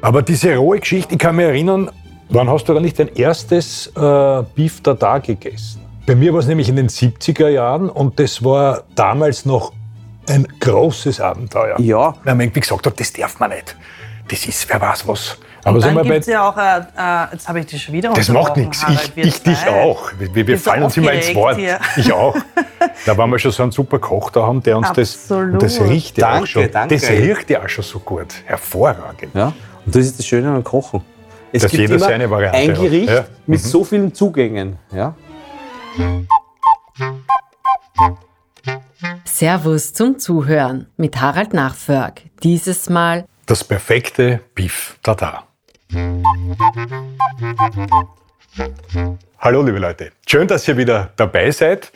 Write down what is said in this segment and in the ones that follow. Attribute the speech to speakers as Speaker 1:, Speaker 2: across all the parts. Speaker 1: Aber diese rohe Geschichte, ich kann mich erinnern, wann hast du da nicht dein erstes äh, Beef Tata gegessen? Bei mir war es nämlich in den 70er Jahren und das war damals noch ein großes Abenteuer.
Speaker 2: Ja.
Speaker 1: Weil man irgendwie gesagt hat, das darf man nicht. Das ist, wer weiß was. Aber
Speaker 3: Und
Speaker 1: sind wir
Speaker 3: dann
Speaker 1: bei,
Speaker 3: gibt es ja auch, äh, äh, jetzt habe ich dich schon wieder
Speaker 1: das macht
Speaker 3: unterbrochen,
Speaker 1: nichts.
Speaker 3: Harald,
Speaker 1: Ich,
Speaker 3: wir
Speaker 1: ich dich
Speaker 3: zwei.
Speaker 1: auch. Wir, wir- wir
Speaker 3: Bist so
Speaker 1: fallen uns immer ins
Speaker 3: aufgeregt
Speaker 1: Wort.
Speaker 3: hier.
Speaker 1: Ich auch. Da waren wir schon so einen super Koch da haben, der uns das, und das
Speaker 3: Absolut.
Speaker 1: riecht ja auch
Speaker 2: Danke,
Speaker 1: schon.
Speaker 2: danke.
Speaker 1: Das riecht ja auch schon so gut. Hervorragend.
Speaker 2: Ja, und das ist das Schöne am Kochen. Es
Speaker 1: Dass
Speaker 2: gibt
Speaker 1: jeder
Speaker 2: immer
Speaker 1: seine Variante
Speaker 2: ein
Speaker 1: hat.
Speaker 2: Gericht
Speaker 1: Ja. Mhm.
Speaker 2: mit so vielen Zugängen. Ja?
Speaker 4: Servus zum Zuhören mit Harald Nachförg. Dieses Mal
Speaker 1: Das perfekte Beef Tata. Hallo liebe Leute, schön, dass ihr wieder dabei seid.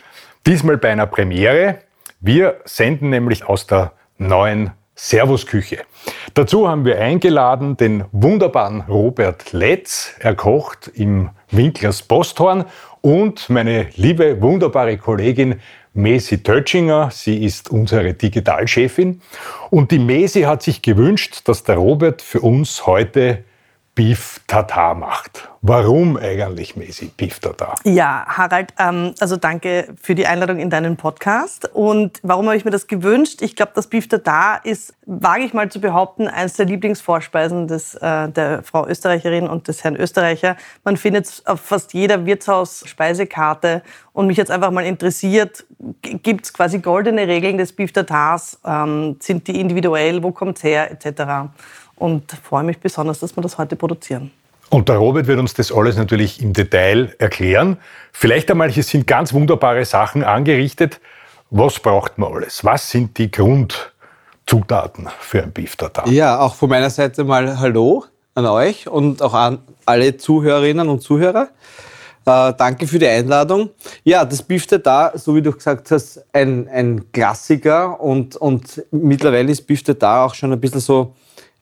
Speaker 1: Diesmal bei einer Premiere. Wir senden nämlich aus der neuen Servusküche. Dazu haben wir eingeladen den wunderbaren Robert Letz. Er kocht im Winklers Posthorn und meine liebe, wunderbare Kollegin Mesi Tötschinger. Sie ist unsere Digitalchefin. Und die Mesi hat sich gewünscht, dass der Robert für uns heute Beef Tatar macht. Warum eigentlich mäßig Beef Tatar?
Speaker 3: Ja, Harald, ähm, also danke für die Einladung in deinen Podcast. Und warum habe ich mir das gewünscht? Ich glaube, das Beef da ist, wage ich mal zu behaupten, eines der Lieblingsvorspeisen des, äh, der Frau Österreicherin und des Herrn Österreicher. Man findet es auf fast jeder Wirtshaus-Speisekarte. Und mich jetzt einfach mal interessiert, gibt es quasi goldene Regeln des Beef Tatars? Ähm, sind die individuell? Wo kommt es her? Etc. Und freue mich besonders, dass wir das heute produzieren.
Speaker 1: Und der Robert wird uns das alles natürlich im Detail erklären. Vielleicht einmal, hier sind ganz wunderbare Sachen angerichtet. Was braucht man alles? Was sind die Grundzutaten für ein Beef Tatar?
Speaker 2: ja, auch von meiner Seite mal Hallo an euch und auch an alle Zuhörerinnen und Zuhörer. Äh, danke für die Einladung. Ja, das Beef da, so wie du gesagt hast, ein, ein Klassiker und, und mittlerweile ist Beef da auch schon ein bisschen so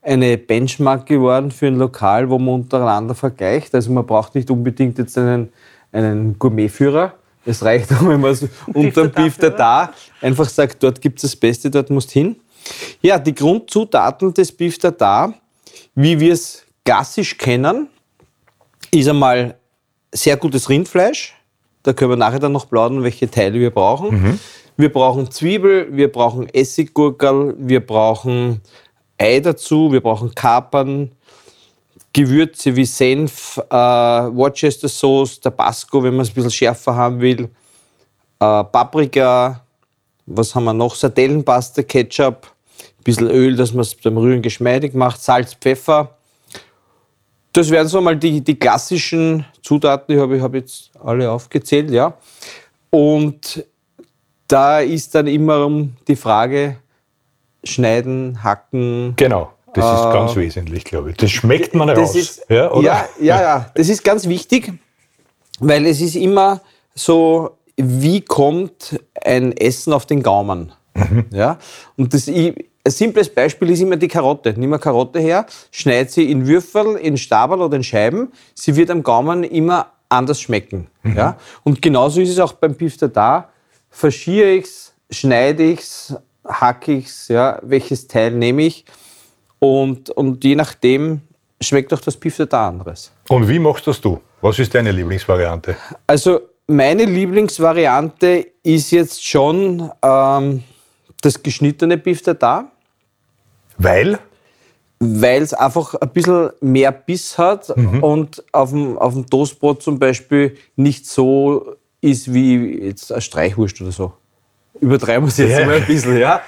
Speaker 2: eine Benchmark geworden für ein Lokal, wo man untereinander vergleicht. Also man braucht nicht unbedingt jetzt einen, einen Gourmetführer. Es reicht auch, wenn man so unter dem
Speaker 3: Tatar
Speaker 2: Beef da einfach sagt, dort gibt es das Beste, dort musst hin. Ja, die Grundzutaten des Beef da, wie wir es klassisch kennen, ist einmal sehr gutes Rindfleisch. Da können wir nachher dann noch plaudern, welche Teile wir brauchen. Wir brauchen Zwiebel, wir brauchen Essiggurkel, wir brauchen Ei dazu, wir brauchen Kapern, Gewürze wie Senf, äh, Worcester Sauce, Tabasco, wenn man es ein bisschen schärfer haben will, äh, Paprika, was haben wir noch? Sardellenpaste, Ketchup, ein bisschen Öl, dass man es beim Rühren geschmeidig macht, Salz, Pfeffer. Das wären so mal die, die klassischen Zutaten, die habe ich habe jetzt alle aufgezählt, ja. Und da ist dann immer um die Frage, schneiden, hacken.
Speaker 1: Genau, das ist
Speaker 2: Äh,
Speaker 1: ganz wesentlich, glaube ich. Das schmeckt man raus.
Speaker 2: Das ist,
Speaker 1: ja, oder?
Speaker 2: Ja, ja, ja, das ist ganz wichtig, weil es ist immer so, wie kommt ein Essen auf den Gaumen?
Speaker 1: Mhm.
Speaker 2: Ja? Und das, i- ein simples Beispiel ist immer die Karotte. Nimm eine Karotte her, schneid sie in Würfel, in Stabel oder in Scheiben. Sie wird am Gaumen immer anders schmecken.
Speaker 1: Mhm.
Speaker 2: Ja? Und genauso ist es auch beim Beef da. Verschiere ich's, schneide ich's, hacke ich's, ja? welches Teil nehme ich? Und, und je nachdem schmeckt auch das Beef da anderes.
Speaker 1: Und wie machst das du? Was ist deine Lieblingsvariante?
Speaker 2: Also meine Lieblingsvariante ist jetzt schon ähm, das geschnittene Beef da,
Speaker 1: Weil
Speaker 2: weil es einfach ein bisschen mehr Biss hat und auf dem, auf dem Toastbrot zum Beispiel nicht so ist wie jetzt eine Streichwurst oder so. Übertreiben wir es jetzt
Speaker 1: Ja.
Speaker 2: mal ein bisschen, ja.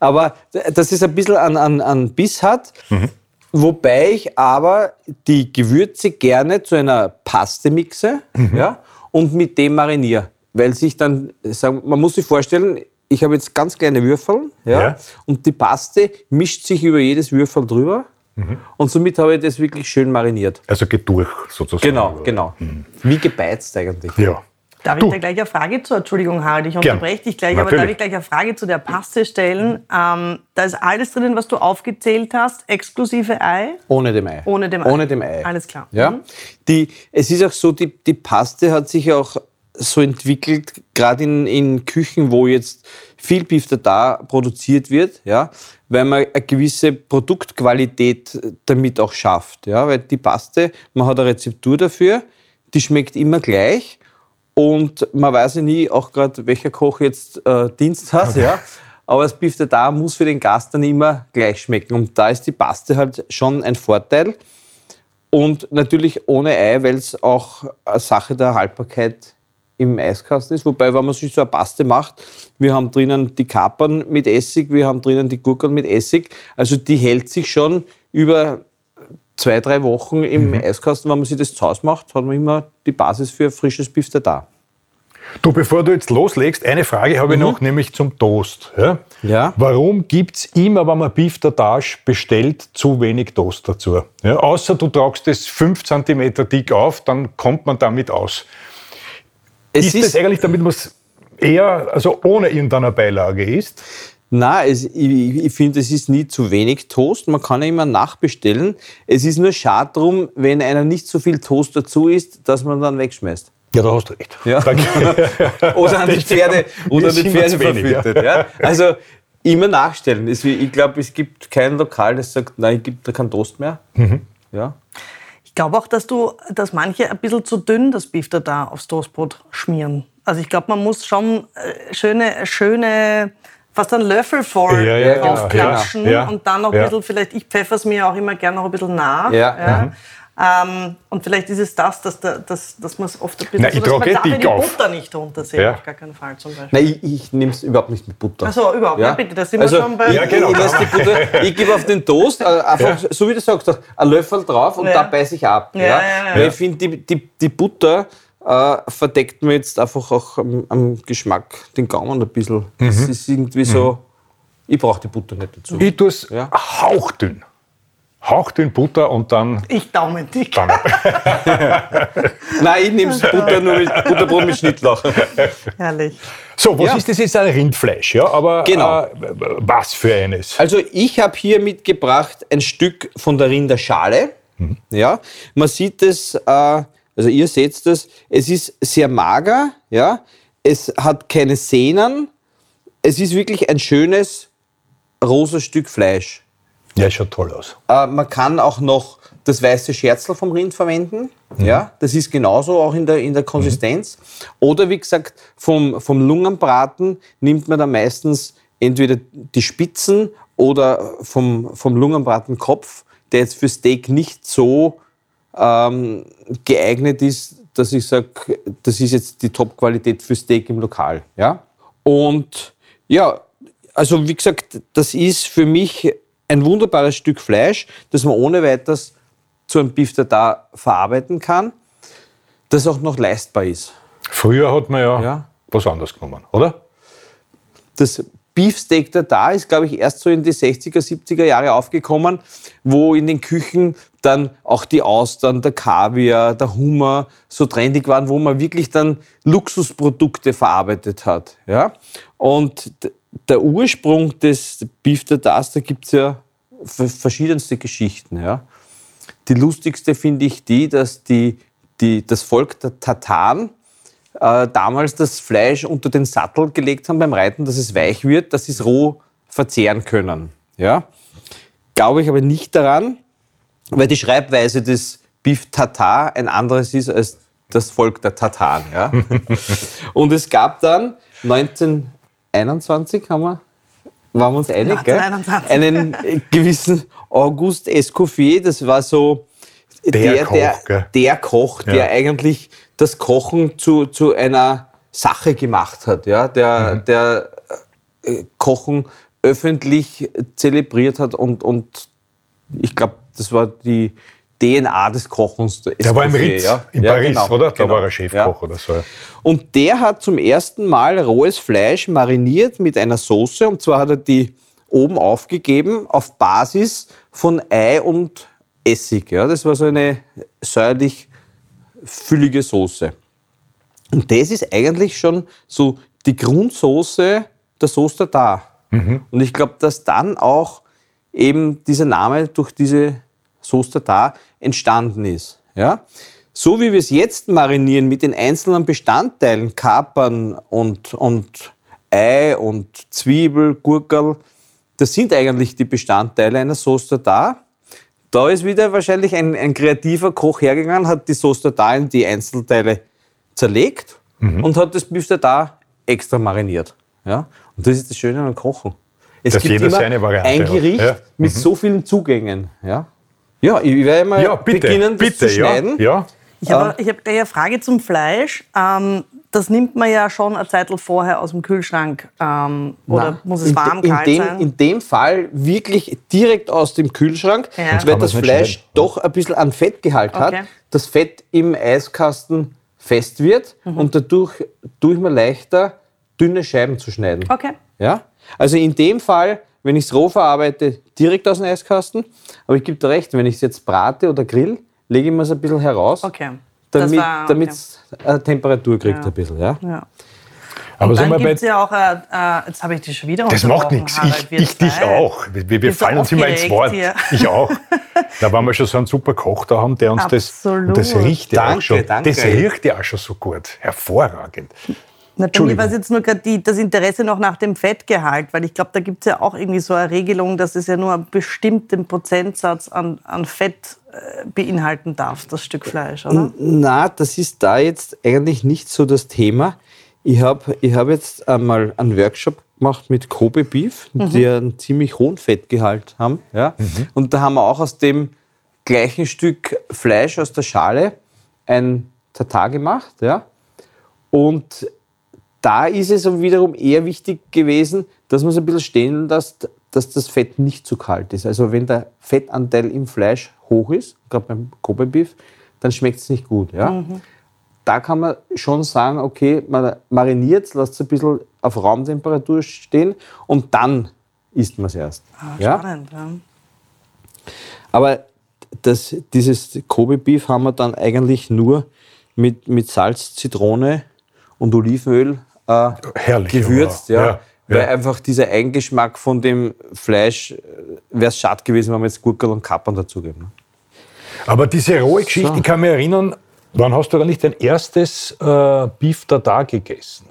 Speaker 2: Aber d- dass es ein bisschen an, an, an Biss hat.
Speaker 3: Mhm.
Speaker 2: Wobei ich aber die Gewürze gerne zu einer Paste mixe
Speaker 3: Mhm.
Speaker 2: ja, und mit dem mariniere. Weil sich dann, sagen, man muss sich vorstellen, ich habe jetzt ganz kleine Würfel ja,
Speaker 1: Ja.
Speaker 2: und die Paste mischt sich über jedes Würfel drüber
Speaker 3: Mhm.
Speaker 2: und somit habe ich das wirklich schön mariniert.
Speaker 1: Also geht durch sozusagen.
Speaker 2: Genau, genau.
Speaker 3: Mhm.
Speaker 2: Wie gebeizt eigentlich.
Speaker 1: Ja.
Speaker 3: Darf
Speaker 1: Du.
Speaker 3: ich da gleich eine Frage zu? Entschuldigung, Harald, ich
Speaker 1: Gern.
Speaker 3: unterbreche dich gleich, aber
Speaker 1: Natürlich.
Speaker 3: darf ich gleich eine Frage zu der Paste stellen? Ähm, da ist alles drinnen, was du aufgezählt hast, exklusive Ei.
Speaker 2: Ohne dem Ei.
Speaker 3: Ohne dem Ei.
Speaker 2: Ohne dem Ei.
Speaker 3: Alles klar. Mhm.
Speaker 2: Ja? Die, es ist auch so, die, die Paste hat sich auch so entwickelt, gerade in, in Küchen, wo jetzt viel Beef da produziert wird, ja, weil man eine gewisse Produktqualität äh, damit auch schafft. Ja, weil die Paste, man hat eine Rezeptur dafür, die schmeckt immer gleich und man weiß ja nie, auch gerade welcher Koch jetzt äh, Dienst hat, ja. Aber das Beef da muss für den Gast dann immer gleich schmecken. Und da ist die Paste halt schon ein Vorteil. Und natürlich ohne Ei, weil es auch eine Sache der Haltbarkeit im Eiskasten ist. Wobei, wenn man sich so eine Paste macht, wir haben drinnen die Kapern mit Essig, wir haben drinnen die Gurken mit Essig. Also die hält sich schon über zwei, drei Wochen im
Speaker 1: Mhm.
Speaker 2: Eiskasten. Wenn man sich das zu Hause macht, hat man immer die Basis für frisches Beef da.
Speaker 1: Du, bevor du jetzt loslegst, eine Frage habe ich noch, nämlich zum Toast. Mhm. Ja?
Speaker 2: Ja.
Speaker 1: Warum gibt es immer, wenn man Beef Tartage bestellt, zu wenig Toast dazu? Ja? Außer du tragst es 5 cm dick auf, dann kommt man damit aus.
Speaker 2: Es
Speaker 1: ist, das eigentlich, damit man es eher, also ohne irgendeine Beilage isst?
Speaker 2: Nein, es, ich, ich finde, es ist nie zu wenig Toast. Man kann ja immer nachbestellen. Es ist nur schade drum, wenn einer nicht so viel Toast dazu ist, dass man dann wegschmeißt.
Speaker 1: Ja, da hast du recht.
Speaker 2: Ja. Oder an die Pferde, oder an die Pferde verfüttert. Ja. Also immer nachstellen. Es- Ich glaube, es gibt kein Lokal, das sagt, nein, ich gebe da keinen Toast mehr.
Speaker 1: Mhm.
Speaker 2: Ja.
Speaker 3: Ich glaube auch, dass, du, dass manche ein bisschen zu dünn das Beef da da aufs Toastbrot schmieren. Also ich glaube, man muss schon äh, schöne, schöne, fast einen Löffel voll
Speaker 1: Ja, ja,
Speaker 2: genau,
Speaker 3: aufklatschen
Speaker 1: ja, ja,
Speaker 3: und dann noch ein
Speaker 1: ja.
Speaker 3: bisschen, vielleicht, ich pfeffere es mir auch immer gerne noch ein bisschen nach.
Speaker 2: Ja,
Speaker 1: Mhm.
Speaker 3: Ähm, und vielleicht ist es das, dass, da, dass, dass man es oft ein bisschen,
Speaker 1: Nein, ich
Speaker 3: dass
Speaker 1: trage eh
Speaker 3: dafür
Speaker 1: dick
Speaker 3: die
Speaker 1: auf.
Speaker 3: Butter nicht runtersehen,
Speaker 1: Ja.
Speaker 3: auf gar keinen Fall zum Beispiel.
Speaker 2: Nein, ich, ich nehme es überhaupt nicht mit Butter.
Speaker 3: Ach so, überhaupt, ja, bitte, da sind wir schon bei-
Speaker 1: Ja,
Speaker 2: ja,
Speaker 1: genau.
Speaker 2: genau. Ich, lass die Butter, ich gebe auf den Toast, äh, einfach, so wie du sagst, einen Löffel drauf und
Speaker 3: Ja.
Speaker 2: da beiße ich ab.
Speaker 3: Ja,
Speaker 2: Ja,
Speaker 3: ja, ja.
Speaker 2: Weil ich finde, die, die, die Butter äh, verdeckt mir jetzt einfach auch am, am Geschmack den Gaumen ein bisschen.
Speaker 1: Mhm.
Speaker 2: Es ist irgendwie so, ich brauche die Butter nicht dazu.
Speaker 1: Ich tue es
Speaker 2: Ja.
Speaker 1: hauchdünn. Hauchdünn Butter und dann.
Speaker 3: Ich daumen dick.
Speaker 1: dann
Speaker 2: Nein, ich nehme Butter nur mit Butterbrot mit Schnittlauch.
Speaker 3: Herrlich.
Speaker 1: so, was
Speaker 2: Ja.
Speaker 1: ist das jetzt? Ein Rindfleisch, ja? Aber
Speaker 2: Genau.
Speaker 1: äh, was für eines?
Speaker 2: Also ich habe hier mitgebracht ein Stück von der Rinderschale. Ja, man sieht es, äh, also ihr seht es, es ist sehr mager, ja, es hat keine Sehnen, es ist wirklich ein schönes rosa Stück Fleisch.
Speaker 1: Ja, schaut toll aus.
Speaker 2: Äh, man kann auch noch das weiße Scherzel vom Rind verwenden. Ja, das ist genauso auch in der, in der Konsistenz. Oder wie gesagt, vom, vom Lungenbraten nimmt man dann meistens entweder die Spitzen oder vom, vom Lungenbratenkopf, der jetzt für Steak nicht so ähm, geeignet ist, dass ich sage, das ist jetzt die Top-Qualität für Steak im Lokal. Ja? Und ja, also wie gesagt, das ist für mich ein wunderbares Stück Fleisch, das man ohne weiteres zu einem Beef da verarbeiten kann, das auch noch leistbar ist.
Speaker 1: Früher hat man ja,
Speaker 2: Ja.
Speaker 1: was anderes genommen, oder?
Speaker 2: das Beefsteak da da ist, glaube ich, erst so in die 60er, 70er Jahre aufgekommen, wo in den Küchen dann auch die Austern, der Kaviar, der Hummer so trendig waren, wo man wirklich dann Luxusprodukte verarbeitet hat. Ja? Und d- der Ursprung des Beef da das, da gibt es ja v- verschiedenste Geschichten. Ja? Die lustigste finde ich die, dass die, die, das Volk der Tataren äh, damals das Fleisch unter den Sattel gelegt haben beim Reiten, dass es weich wird, dass sie es roh verzehren können. Ja? Glaube ich aber nicht daran, weil die Schreibweise des Beef Tatar ein anderes ist als das Volk der Tataren. Ja? Und es gab dann 1921, haben wir, waren wir uns einig, gell?
Speaker 3: 1921.
Speaker 2: einen äh, gewissen August Escoffier, das war so
Speaker 1: Der
Speaker 2: der,
Speaker 1: Koch,
Speaker 2: der,
Speaker 1: gell?
Speaker 2: der Koch, der
Speaker 1: Ja.
Speaker 2: eigentlich das Kochen zu, zu einer Sache gemacht hat, ja, der,
Speaker 1: Mhm.
Speaker 2: der äh, Kochen öffentlich zelebriert hat und, und ich glaube, das war die DNA des Kochens.
Speaker 1: Der war im
Speaker 2: Escoffier,
Speaker 1: Ritz,
Speaker 2: ja.
Speaker 1: in
Speaker 2: Ja,
Speaker 1: Paris,
Speaker 2: genau,
Speaker 1: oder? Da
Speaker 2: genau,
Speaker 1: war er Chefkoch
Speaker 2: ja.
Speaker 1: oder so.
Speaker 2: Und der hat zum ersten Mal rohes Fleisch mariniert mit einer Soße. Und zwar hat er die oben aufgegeben auf Basis von Ei und Essig. Ja, das war so eine säuerlich füllige Soße. Und das ist eigentlich schon so die Grundsoße der Soße da. Und ich glaube, dass dann auch eben dieser Name durch diese Soße da entstanden ist. Ja? So wie wir es jetzt marinieren mit den einzelnen Bestandteilen, Kapern und, und Ei und Zwiebel, Gurkel, das sind eigentlich die Bestandteile einer Sauce Tartar. Da ist wieder wahrscheinlich ein, ein kreativer Koch hergegangen, hat die Sauce Tartar in die Einzelteile zerlegt
Speaker 1: Mhm.
Speaker 2: und hat das Beef Tartar extra mariniert. Ja? Und das ist das Schöne am Kochen. Es
Speaker 1: Dass jeder seine Variante
Speaker 2: ein
Speaker 1: hat.
Speaker 2: Gericht
Speaker 1: Ja. Mhm.
Speaker 2: mit so vielen Zugängen. Ja, ja ich werde mal
Speaker 1: Ja, bitte,
Speaker 2: beginnen, das
Speaker 1: bitte,
Speaker 2: zu schneiden.
Speaker 1: ja, ja.
Speaker 3: Ich
Speaker 2: Ähm.
Speaker 3: habe ich hab gleich eine Frage zum Fleisch. Ähm, das nimmt man ja schon eine Zeit vorher aus dem Kühlschrank. Ähm, oder
Speaker 2: Nein.
Speaker 3: muss es
Speaker 2: in, de-
Speaker 3: warm,
Speaker 2: in
Speaker 3: kalt
Speaker 2: dem,
Speaker 3: sein?
Speaker 2: In dem Fall wirklich direkt aus dem Kühlschrank,
Speaker 3: Ja. Sonst
Speaker 2: weil
Speaker 1: kann man's
Speaker 2: das
Speaker 1: nicht
Speaker 2: Fleisch
Speaker 1: schneiden.
Speaker 2: doch ein bisschen an Fettgehalt
Speaker 3: Okay.
Speaker 2: hat, das Fett im Eiskasten fest wird
Speaker 3: Mhm.
Speaker 2: und dadurch tue ich mir leichter, dünne Scheiben zu schneiden.
Speaker 3: Okay.
Speaker 2: Ja? Also in dem Fall, wenn ich es roh verarbeite, direkt aus dem Eiskasten, aber ich gebe dir recht, wenn ich es jetzt brate oder grill, lege ich mir es ein bisschen heraus,
Speaker 3: Okay. Das
Speaker 2: damit
Speaker 3: war- okay.
Speaker 2: es Temperatur kriegt ein bisschen. Ja?
Speaker 3: Ja.
Speaker 1: Aber sind
Speaker 3: Dann
Speaker 1: wir
Speaker 3: gibt
Speaker 1: bei,
Speaker 3: es ja auch, äh, äh, jetzt habe ich dich schon wieder
Speaker 1: das macht
Speaker 3: unterbrochen,
Speaker 1: nichts.
Speaker 3: Harald,
Speaker 1: Ich,
Speaker 3: wir
Speaker 1: ich dich
Speaker 3: zwei.
Speaker 1: auch. Wir, wir wir
Speaker 3: so
Speaker 1: fallen uns immer ins
Speaker 3: aufgeregt
Speaker 1: Wort.
Speaker 3: hier.
Speaker 1: Ich auch. Da waren wir schon so einen super Koch da haben, der uns das, und das
Speaker 3: Absolut.
Speaker 1: riecht ja auch
Speaker 2: Danke,
Speaker 1: schon.
Speaker 2: danke.
Speaker 1: Das riecht ja auch schon so gut. Hervorragend.
Speaker 3: Na, bei mir
Speaker 1: Entschuldigung.
Speaker 3: war es jetzt nur gerade die- das Interesse noch nach dem Fettgehalt, weil ich glaube, da gibt es ja auch irgendwie so eine Regelung, dass es ja nur einen bestimmten Prozentsatz an, an Fett äh, beinhalten darf, das Stück Fleisch, oder?
Speaker 2: Na, das ist da jetzt eigentlich nicht so das Thema. Ich habe ich hab jetzt einmal einen Workshop gemacht mit Kobe Beef, die einen ziemlich hohen Fettgehalt haben. Ja? Und da haben wir auch aus dem gleichen Stück Fleisch aus der Schale ein Tatar gemacht. Ja? Und da ist es wiederum eher wichtig gewesen, dass man es ein bisschen stehen lässt, dass das Fett nicht zu kalt ist. Also wenn der Fettanteil im Fleisch hoch ist, gerade beim Kobe Beef, dann schmeckt es nicht gut. Ja? Da kann man schon sagen, okay, man mariniert, lasst es ein bisschen auf Raumtemperatur stehen und dann isst man es erst. ja?
Speaker 3: Spannend, ja.
Speaker 2: Aber das, dieses Kobe Beef haben wir dann eigentlich nur mit, mit Salz, Zitrone und Olivenöl äh,
Speaker 1: Herrlich.
Speaker 2: gewürzt,
Speaker 1: aber-
Speaker 2: ja.
Speaker 1: ja.
Speaker 2: Weil einfach dieser Eingeschmack von dem Fleisch wäre es schade gewesen, wenn wir jetzt Gurkel und Kapern dazugeben. ne?
Speaker 1: Aber diese rohe Geschichte,
Speaker 2: So.
Speaker 1: ich kann mich erinnern, wann hast du da nicht dein erstes äh, Beef Tartar gegessen?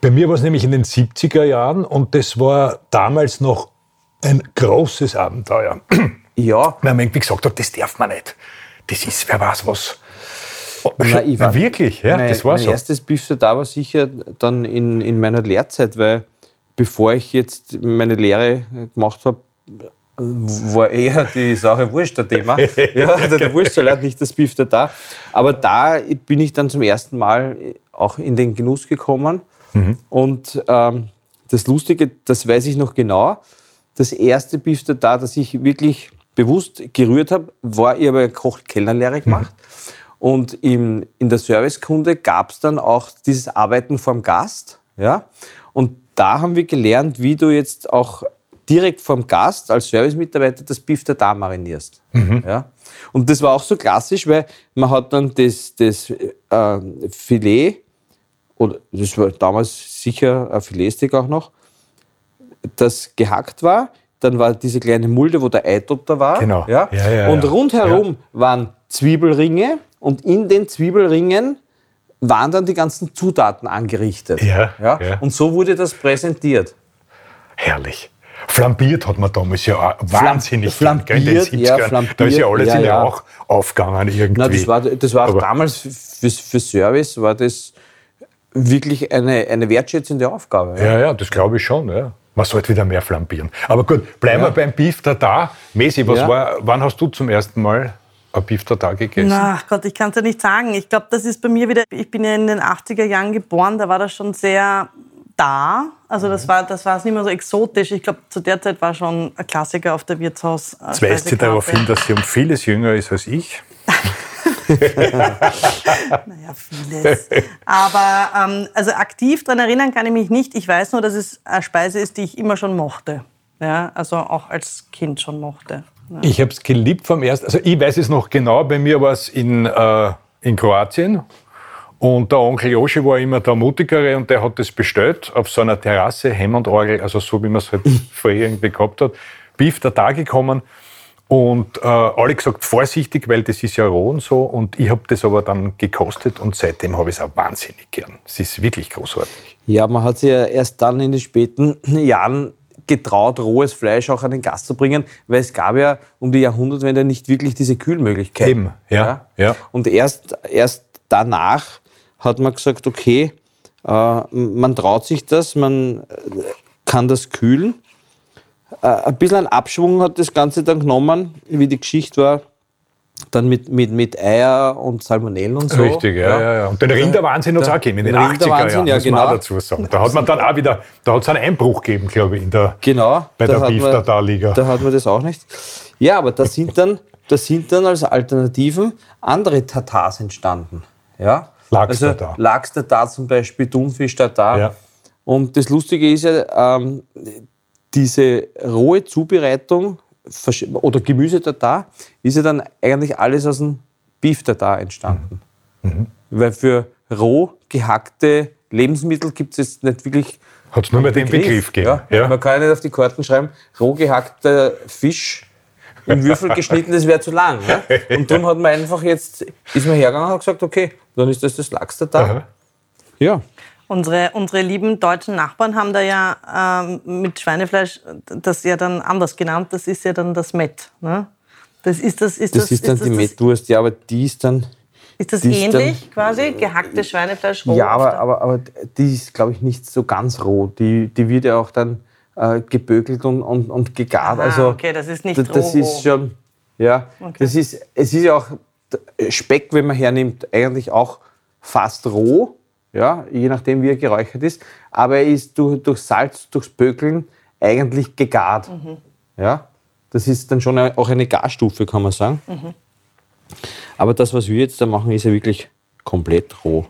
Speaker 1: Bei mir war es nämlich in den 70er Jahren und das war damals noch ein großes Abenteuer.
Speaker 2: Ja,
Speaker 1: Weil man irgendwie gesagt hat, das darf man nicht. Das ist, wer weiß was.
Speaker 2: Nein, ich war-
Speaker 1: Wirklich, ja,
Speaker 2: mein,
Speaker 1: das war
Speaker 2: mein
Speaker 1: so.
Speaker 2: erstes Beef da war sicher dann in, in meiner Lehrzeit, weil bevor ich jetzt meine Lehre gemacht habe, war eher die Sache Wurst der Thema. ja, der, der Wurstsalat, nicht das Beef da. Aber da bin ich dann zum ersten Mal auch in den Genuss gekommen.
Speaker 1: Mhm.
Speaker 2: Und ähm, das Lustige, das weiß ich noch genau, das erste Beef da, das ich wirklich bewusst gerührt habe, war, ich habe ja Koch-Kellnerlehre gemacht. Und im, in der Servicekunde gab es dann auch dieses Arbeiten vorm Gast. Ja? Und da haben wir gelernt, wie du jetzt auch direkt vorm Gast als Servicemitarbeiter das Beef der Dame marinierst. Ja? Und das war auch so klassisch, weil man hat dann das, das äh, Filet, oder das war damals sicher ein Filetsteak auch noch, das gehackt war. Dann war diese kleine Mulde, wo der Eidotter war.
Speaker 1: Genau.
Speaker 2: Ja?
Speaker 1: Ja, ja,
Speaker 2: und
Speaker 1: ja.
Speaker 2: rundherum
Speaker 1: Ja.
Speaker 2: waren Zwiebelringe und in den Zwiebelringen waren dann die ganzen Zutaten angerichtet.
Speaker 1: Ja,
Speaker 2: Ja?
Speaker 1: ja.
Speaker 2: Und so wurde das präsentiert.
Speaker 1: Herrlich. Flambiert hat man damals ja auch wahnsinnig lang, gell,
Speaker 2: flambiert, ja, flambiert,
Speaker 1: Da ist ja alles
Speaker 2: ja,
Speaker 1: in
Speaker 2: ja.
Speaker 1: Rauch aufgegangen irgendwie.
Speaker 2: Na, das war, das war auch
Speaker 1: Aber-
Speaker 2: damals für, für Service war das wirklich eine, eine wertschätzende Aufgabe.
Speaker 1: Ja, ja, das glaube ich schon. Ja. Man sollte wieder mehr flambieren. Aber gut, bleiben
Speaker 2: Ja.
Speaker 1: wir beim Beef Tartar. Messi, was
Speaker 2: Ja.
Speaker 1: war, wann hast du zum ersten Mal ein Beef Tartar gegessen?
Speaker 3: Na ach Gott, ich kann es ja nicht sagen. Ich glaube, das ist bei mir wieder, ich bin ja in den 80er Jahren geboren, da war das schon sehr da. Also das war das war es nicht mehr so exotisch. Ich glaube, zu der Zeit war schon ein Klassiker auf der Wirtshaus. äh,
Speaker 1: Jetzt weist sie darauf hin, dass sie um vieles jünger ist als ich.
Speaker 3: Naja, vieles. Aber ähm, also aktiv daran erinnern kann ich mich nicht. Ich weiß nur, dass es eine Speise ist, die ich immer schon mochte. Ja, also auch als Kind schon mochte.
Speaker 1: Ich habe es geliebt vom ersten. Also ich weiß es noch genau, bei mir war es in, äh, in Kroatien. Und der Onkel Joshi war immer der Mutigere und der hat das bestellt auf so einer Terrasse, Hemmendorgel, also so wie man es halt früher irgendwie gehabt hat. Beef Tartar gekommen Und äh, alle gesagt, vorsichtig, weil das ist ja roh und so. Und ich habe das aber dann gekostet und seitdem habe ich es auch wahnsinnig gern. Es ist wirklich großartig.
Speaker 2: Ja, man hat sich ja erst dann in den späten Jahren getraut, rohes Fleisch auch an den Gast zu bringen, weil es gab ja um die Jahrhundertwende nicht wirklich diese Kühlmöglichkeit.
Speaker 1: Eben, ja, ja.
Speaker 2: Und erst, erst danach hat man gesagt, okay, äh, man traut sich das, man äh, kann das kühlen. Äh, ein bisschen einen Abschwung hat das Ganze dann genommen, wie die Geschichte war, dann mit, mit, mit Eier und Salmonellen und so.
Speaker 1: Richtig, ja, ja, ja. Und den Rinderwahnsinn hat es auch gegeben in den
Speaker 2: Der
Speaker 1: 80er Jahren,
Speaker 2: Rinderwahnsinn, ja,
Speaker 1: muss man
Speaker 2: genau.
Speaker 1: auch dazu sagen. Da hat man dann auch wieder, da hat es einen Einbruch gegeben, glaube ich, in der,
Speaker 2: Genau.
Speaker 1: bei
Speaker 2: da
Speaker 1: der
Speaker 2: hat man-
Speaker 1: Beef-Tata-Liga.
Speaker 2: Da hat man das auch nicht. Ja, aber da sind dann, da sind dann als Alternativen andere Tatars entstanden. Ja?
Speaker 1: Lachs-Tatar.
Speaker 2: Also Lachs-Tatar zum Beispiel, Thunfisch-Tatar.
Speaker 1: Ja.
Speaker 2: Und das Lustige ist ja, ähm, diese rohe Zubereitung versch- oder Gemüse-Tatar ist ja dann eigentlich alles aus dem Beef-Tatar entstanden. Weil für roh gehackte Lebensmittel gibt es jetzt nicht wirklich
Speaker 1: Hat es nur mehr den Begriff gegeben.
Speaker 2: ja.
Speaker 1: Ja.
Speaker 2: Man kann ja nicht auf die Karten schreiben, roh gehackter Fisch in Würfel geschnitten, das wäre zu lang. Ne? Und darum hat man einfach jetzt, ist man hergegangen und hat gesagt, okay, dann ist das das Lachs da.
Speaker 1: Aha.
Speaker 2: Ja.
Speaker 3: Unsere, unsere lieben deutschen Nachbarn haben da ja ähm, mit Schweinefleisch das ja dann anders genannt. Das ist ja dann das Met. Ne? Das ist das, ist
Speaker 2: Das,
Speaker 3: das,
Speaker 2: ist dann die
Speaker 3: das,
Speaker 2: Metwurst, ja, aber die ist dann.
Speaker 3: Ist das
Speaker 2: die ist dann-
Speaker 3: ähnlich quasi? Gehacktes Schweinefleisch roh?
Speaker 2: Ja,
Speaker 3: auf
Speaker 2: aber,
Speaker 3: der-
Speaker 2: aber, aber die ist, glaube ich, nicht so ganz roh. Die, die wird ja auch dann äh, gebökelt und, und, und gegart.
Speaker 3: Ah,
Speaker 2: also,
Speaker 3: okay, das ist nicht
Speaker 2: da- Das
Speaker 3: roh, roh.
Speaker 2: ist schon, ja, das ist, es ist ja auch d- Speck, wenn man hernimmt, eigentlich auch fast roh, ja, je nachdem, wie er geräuchert ist. Aber er ist durch, durch Salz, durchs Bökeln eigentlich gegart.
Speaker 3: Mhm.
Speaker 2: Ja, das ist dann schon auch eine Garstufe, kann man sagen.
Speaker 3: Mhm.
Speaker 2: Aber das, was wir jetzt da machen, ist ja wirklich komplett roh.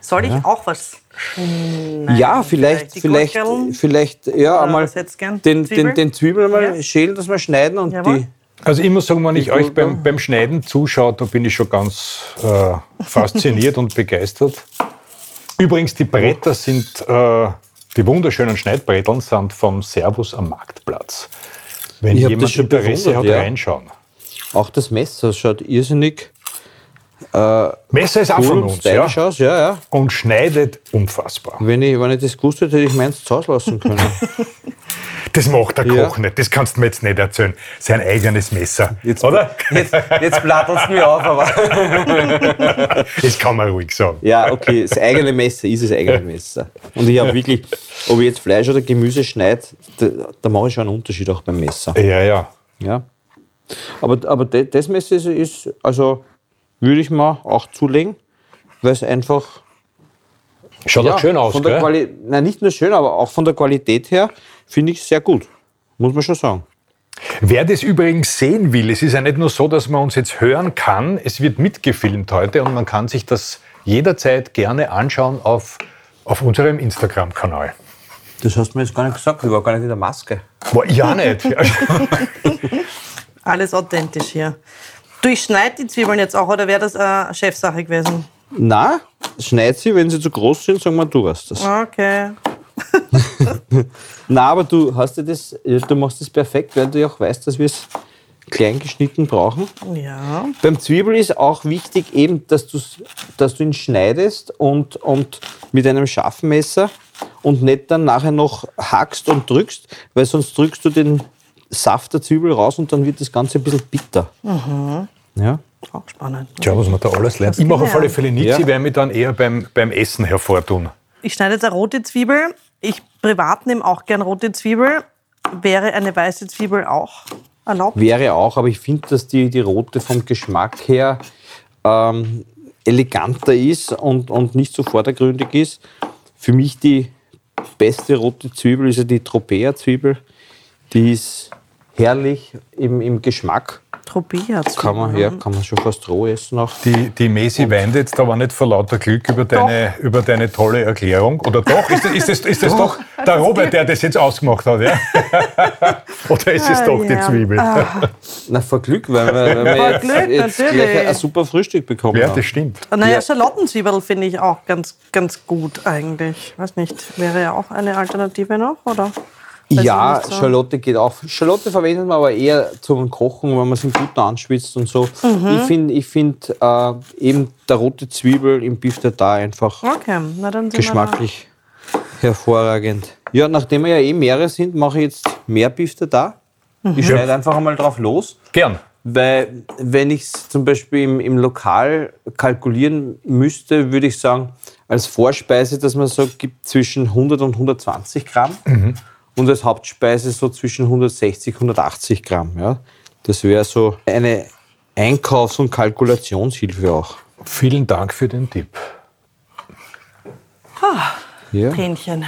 Speaker 3: Soll ich auch was?
Speaker 2: ja, vielleicht,
Speaker 3: vielleicht
Speaker 2: vielleicht,
Speaker 3: die Gurkeln.
Speaker 2: vielleicht, ja,
Speaker 3: Oder
Speaker 2: einmal
Speaker 3: was hättest gern?
Speaker 2: den,
Speaker 3: Zwiebeln?
Speaker 2: den, den Zwiebeln mal
Speaker 3: Ja.
Speaker 2: schälen, dass wir schneiden und
Speaker 3: Jawohl.
Speaker 2: die.
Speaker 1: Also ich muss sagen, wenn ich
Speaker 2: Die
Speaker 1: euch beim,
Speaker 2: Gurke.
Speaker 1: beim Schneiden zuschaue, da bin ich schon ganz äh, fasziniert und begeistert. Übrigens, die Bretter sind, äh, die wunderschönen Schneidbretteln sind vom Servus am Marktplatz. Wenn
Speaker 2: Ich hab
Speaker 1: jemand
Speaker 2: das schon
Speaker 1: Interesse hat,
Speaker 2: bewundert, ja.
Speaker 1: reinschauen.
Speaker 2: Auch das Messer schaut irrsinnig
Speaker 1: Messer ist auch
Speaker 2: cool
Speaker 1: von
Speaker 2: und
Speaker 1: uns, ja.
Speaker 2: stylisch aus. Ja, ja.
Speaker 1: Und schneidet unfassbar.
Speaker 2: Wenn ich, wenn ich das gewusst hätte, hätte ich meins zu Hause lassen können.
Speaker 1: Das macht der
Speaker 2: Ja.
Speaker 1: Koch nicht, das kannst du mir jetzt nicht erzählen. Sein eigenes Messer,
Speaker 2: Jetzt-
Speaker 1: oder?
Speaker 2: jetzt jetzt platterst du mir auf, aber.
Speaker 1: Das kann man ruhig sagen.
Speaker 2: Ja, okay, das eigene Messer ist das eigene Messer. Und ich habe wirklich, ob ich jetzt Fleisch oder Gemüse schneide, da, da mache ich schon einen Unterschied auch beim Messer.
Speaker 1: Ja, ja.
Speaker 2: Ja. Aber, aber de- das Messer ist, ist also würde ich mal auch zulegen, weil es einfach
Speaker 1: Schaut
Speaker 2: ja,
Speaker 1: auch schön aus,
Speaker 2: von der
Speaker 1: gell?
Speaker 2: Quali Nein, nicht nur schön, aber auch von der Qualität her finde ich es sehr gut. Muss man schon sagen.
Speaker 1: Wer das übrigens sehen will, es ist ja nicht nur so, dass man uns jetzt hören kann, es wird mitgefilmt heute und man kann sich das jederzeit gerne anschauen auf, auf unserem Instagram-Kanal.
Speaker 2: Das hast du mir jetzt gar nicht gesagt, ich war gar nicht in der Maske.
Speaker 1: Boah, ja nicht. Ja,
Speaker 3: Alles authentisch hier. Du, ich schneid die Zwiebeln jetzt auch, oder wäre das äh, Chefsache gewesen?
Speaker 2: Na, schneid sie, wenn sie zu groß sind, sag mal, du hast das.
Speaker 3: Okay.
Speaker 2: Na, aber du hast ja das, ja, du machst das perfekt, weil du ja auch weißt, dass wir es klein geschnitten brauchen.
Speaker 3: Ja.
Speaker 2: Beim Zwiebel ist auch wichtig eben, dass, du's- dass du ihn schneidest und, und mit einem scharfen Messer und nicht dann nachher noch hackst und drückst, weil sonst drückst du den Saft der Zwiebel raus und dann wird das Ganze ein bisschen bitter. Ja.
Speaker 3: Auch spannend.
Speaker 1: Schau, was man da alles lernt. Ich mache auf alle Fälle nichts,
Speaker 2: Ja.
Speaker 1: ich werde mich dann eher beim, beim Essen hervortun.
Speaker 3: Ich schneide jetzt eine rote Zwiebel. Ich privat nehme auch gern rote Zwiebel. Wäre eine weiße Zwiebel auch erlaubt?
Speaker 2: Wäre auch, aber ich finde, dass die, die rote vom Geschmack her ähm, eleganter ist und, und nicht so vordergründig ist. Für mich die beste rote Zwiebel ist ja die Tropea-Zwiebel. Die ist herrlich im, im Geschmack.
Speaker 3: Tropea-Zwiebel.
Speaker 2: Kann man, ja,
Speaker 3: Mhm.
Speaker 2: kann man schon fast roh essen auch.
Speaker 1: Die, die Messi weint jetzt aber nicht vor lauter Glück über deine, über deine tolle Erklärung. Oder doch? Ist das, ist das, ist das doch
Speaker 3: Also
Speaker 1: der Robert, der das jetzt ausgemacht hat? Ja? Oder ist es
Speaker 3: Ah,
Speaker 1: doch die
Speaker 3: ja.
Speaker 1: Zwiebel?
Speaker 2: Na, vor Glück, weil wir, weil
Speaker 3: Vor
Speaker 2: wir jetzt,
Speaker 3: Glück,
Speaker 2: jetzt
Speaker 3: natürlich.
Speaker 2: gleich ein, ein super Frühstück bekommen
Speaker 1: Ja,
Speaker 2: haben.
Speaker 1: das stimmt.
Speaker 3: Naja,
Speaker 2: Ja.
Speaker 3: Schalottenzwiebel finde ich auch ganz, ganz gut eigentlich. Weiß nicht, wäre ja auch eine Alternative noch, oder? Weiß ich
Speaker 2: ja,
Speaker 3: nicht so.
Speaker 2: Schalotte geht auch. Schalotte verwendet man aber eher zum Kochen, wenn man es im Guten anschwitzt und so.
Speaker 3: Mhm.
Speaker 2: Ich finde ich find, äh, eben der rote Zwiebel im Beef da einfach
Speaker 3: Okay, na dann sind
Speaker 2: geschmacklich hervorragend. Ja, nachdem wir ja eh mehrere sind, mache ich jetzt mehr Beef da.
Speaker 3: Mhm.
Speaker 2: Ich schneide einfach einmal drauf los.
Speaker 1: Gern.
Speaker 2: Weil, wenn ich es zum Beispiel im, im Lokal kalkulieren müsste, würde ich sagen, als Vorspeise, dass man sagt, gibt zwischen 100 und 120 Gramm und als Hauptspeise so zwischen 160 180 Gramm. Ja? Das wäre so eine Einkaufs- und Kalkulationshilfe auch.
Speaker 1: Vielen Dank für den Tipp.
Speaker 2: Ja,
Speaker 3: wir Tränchen.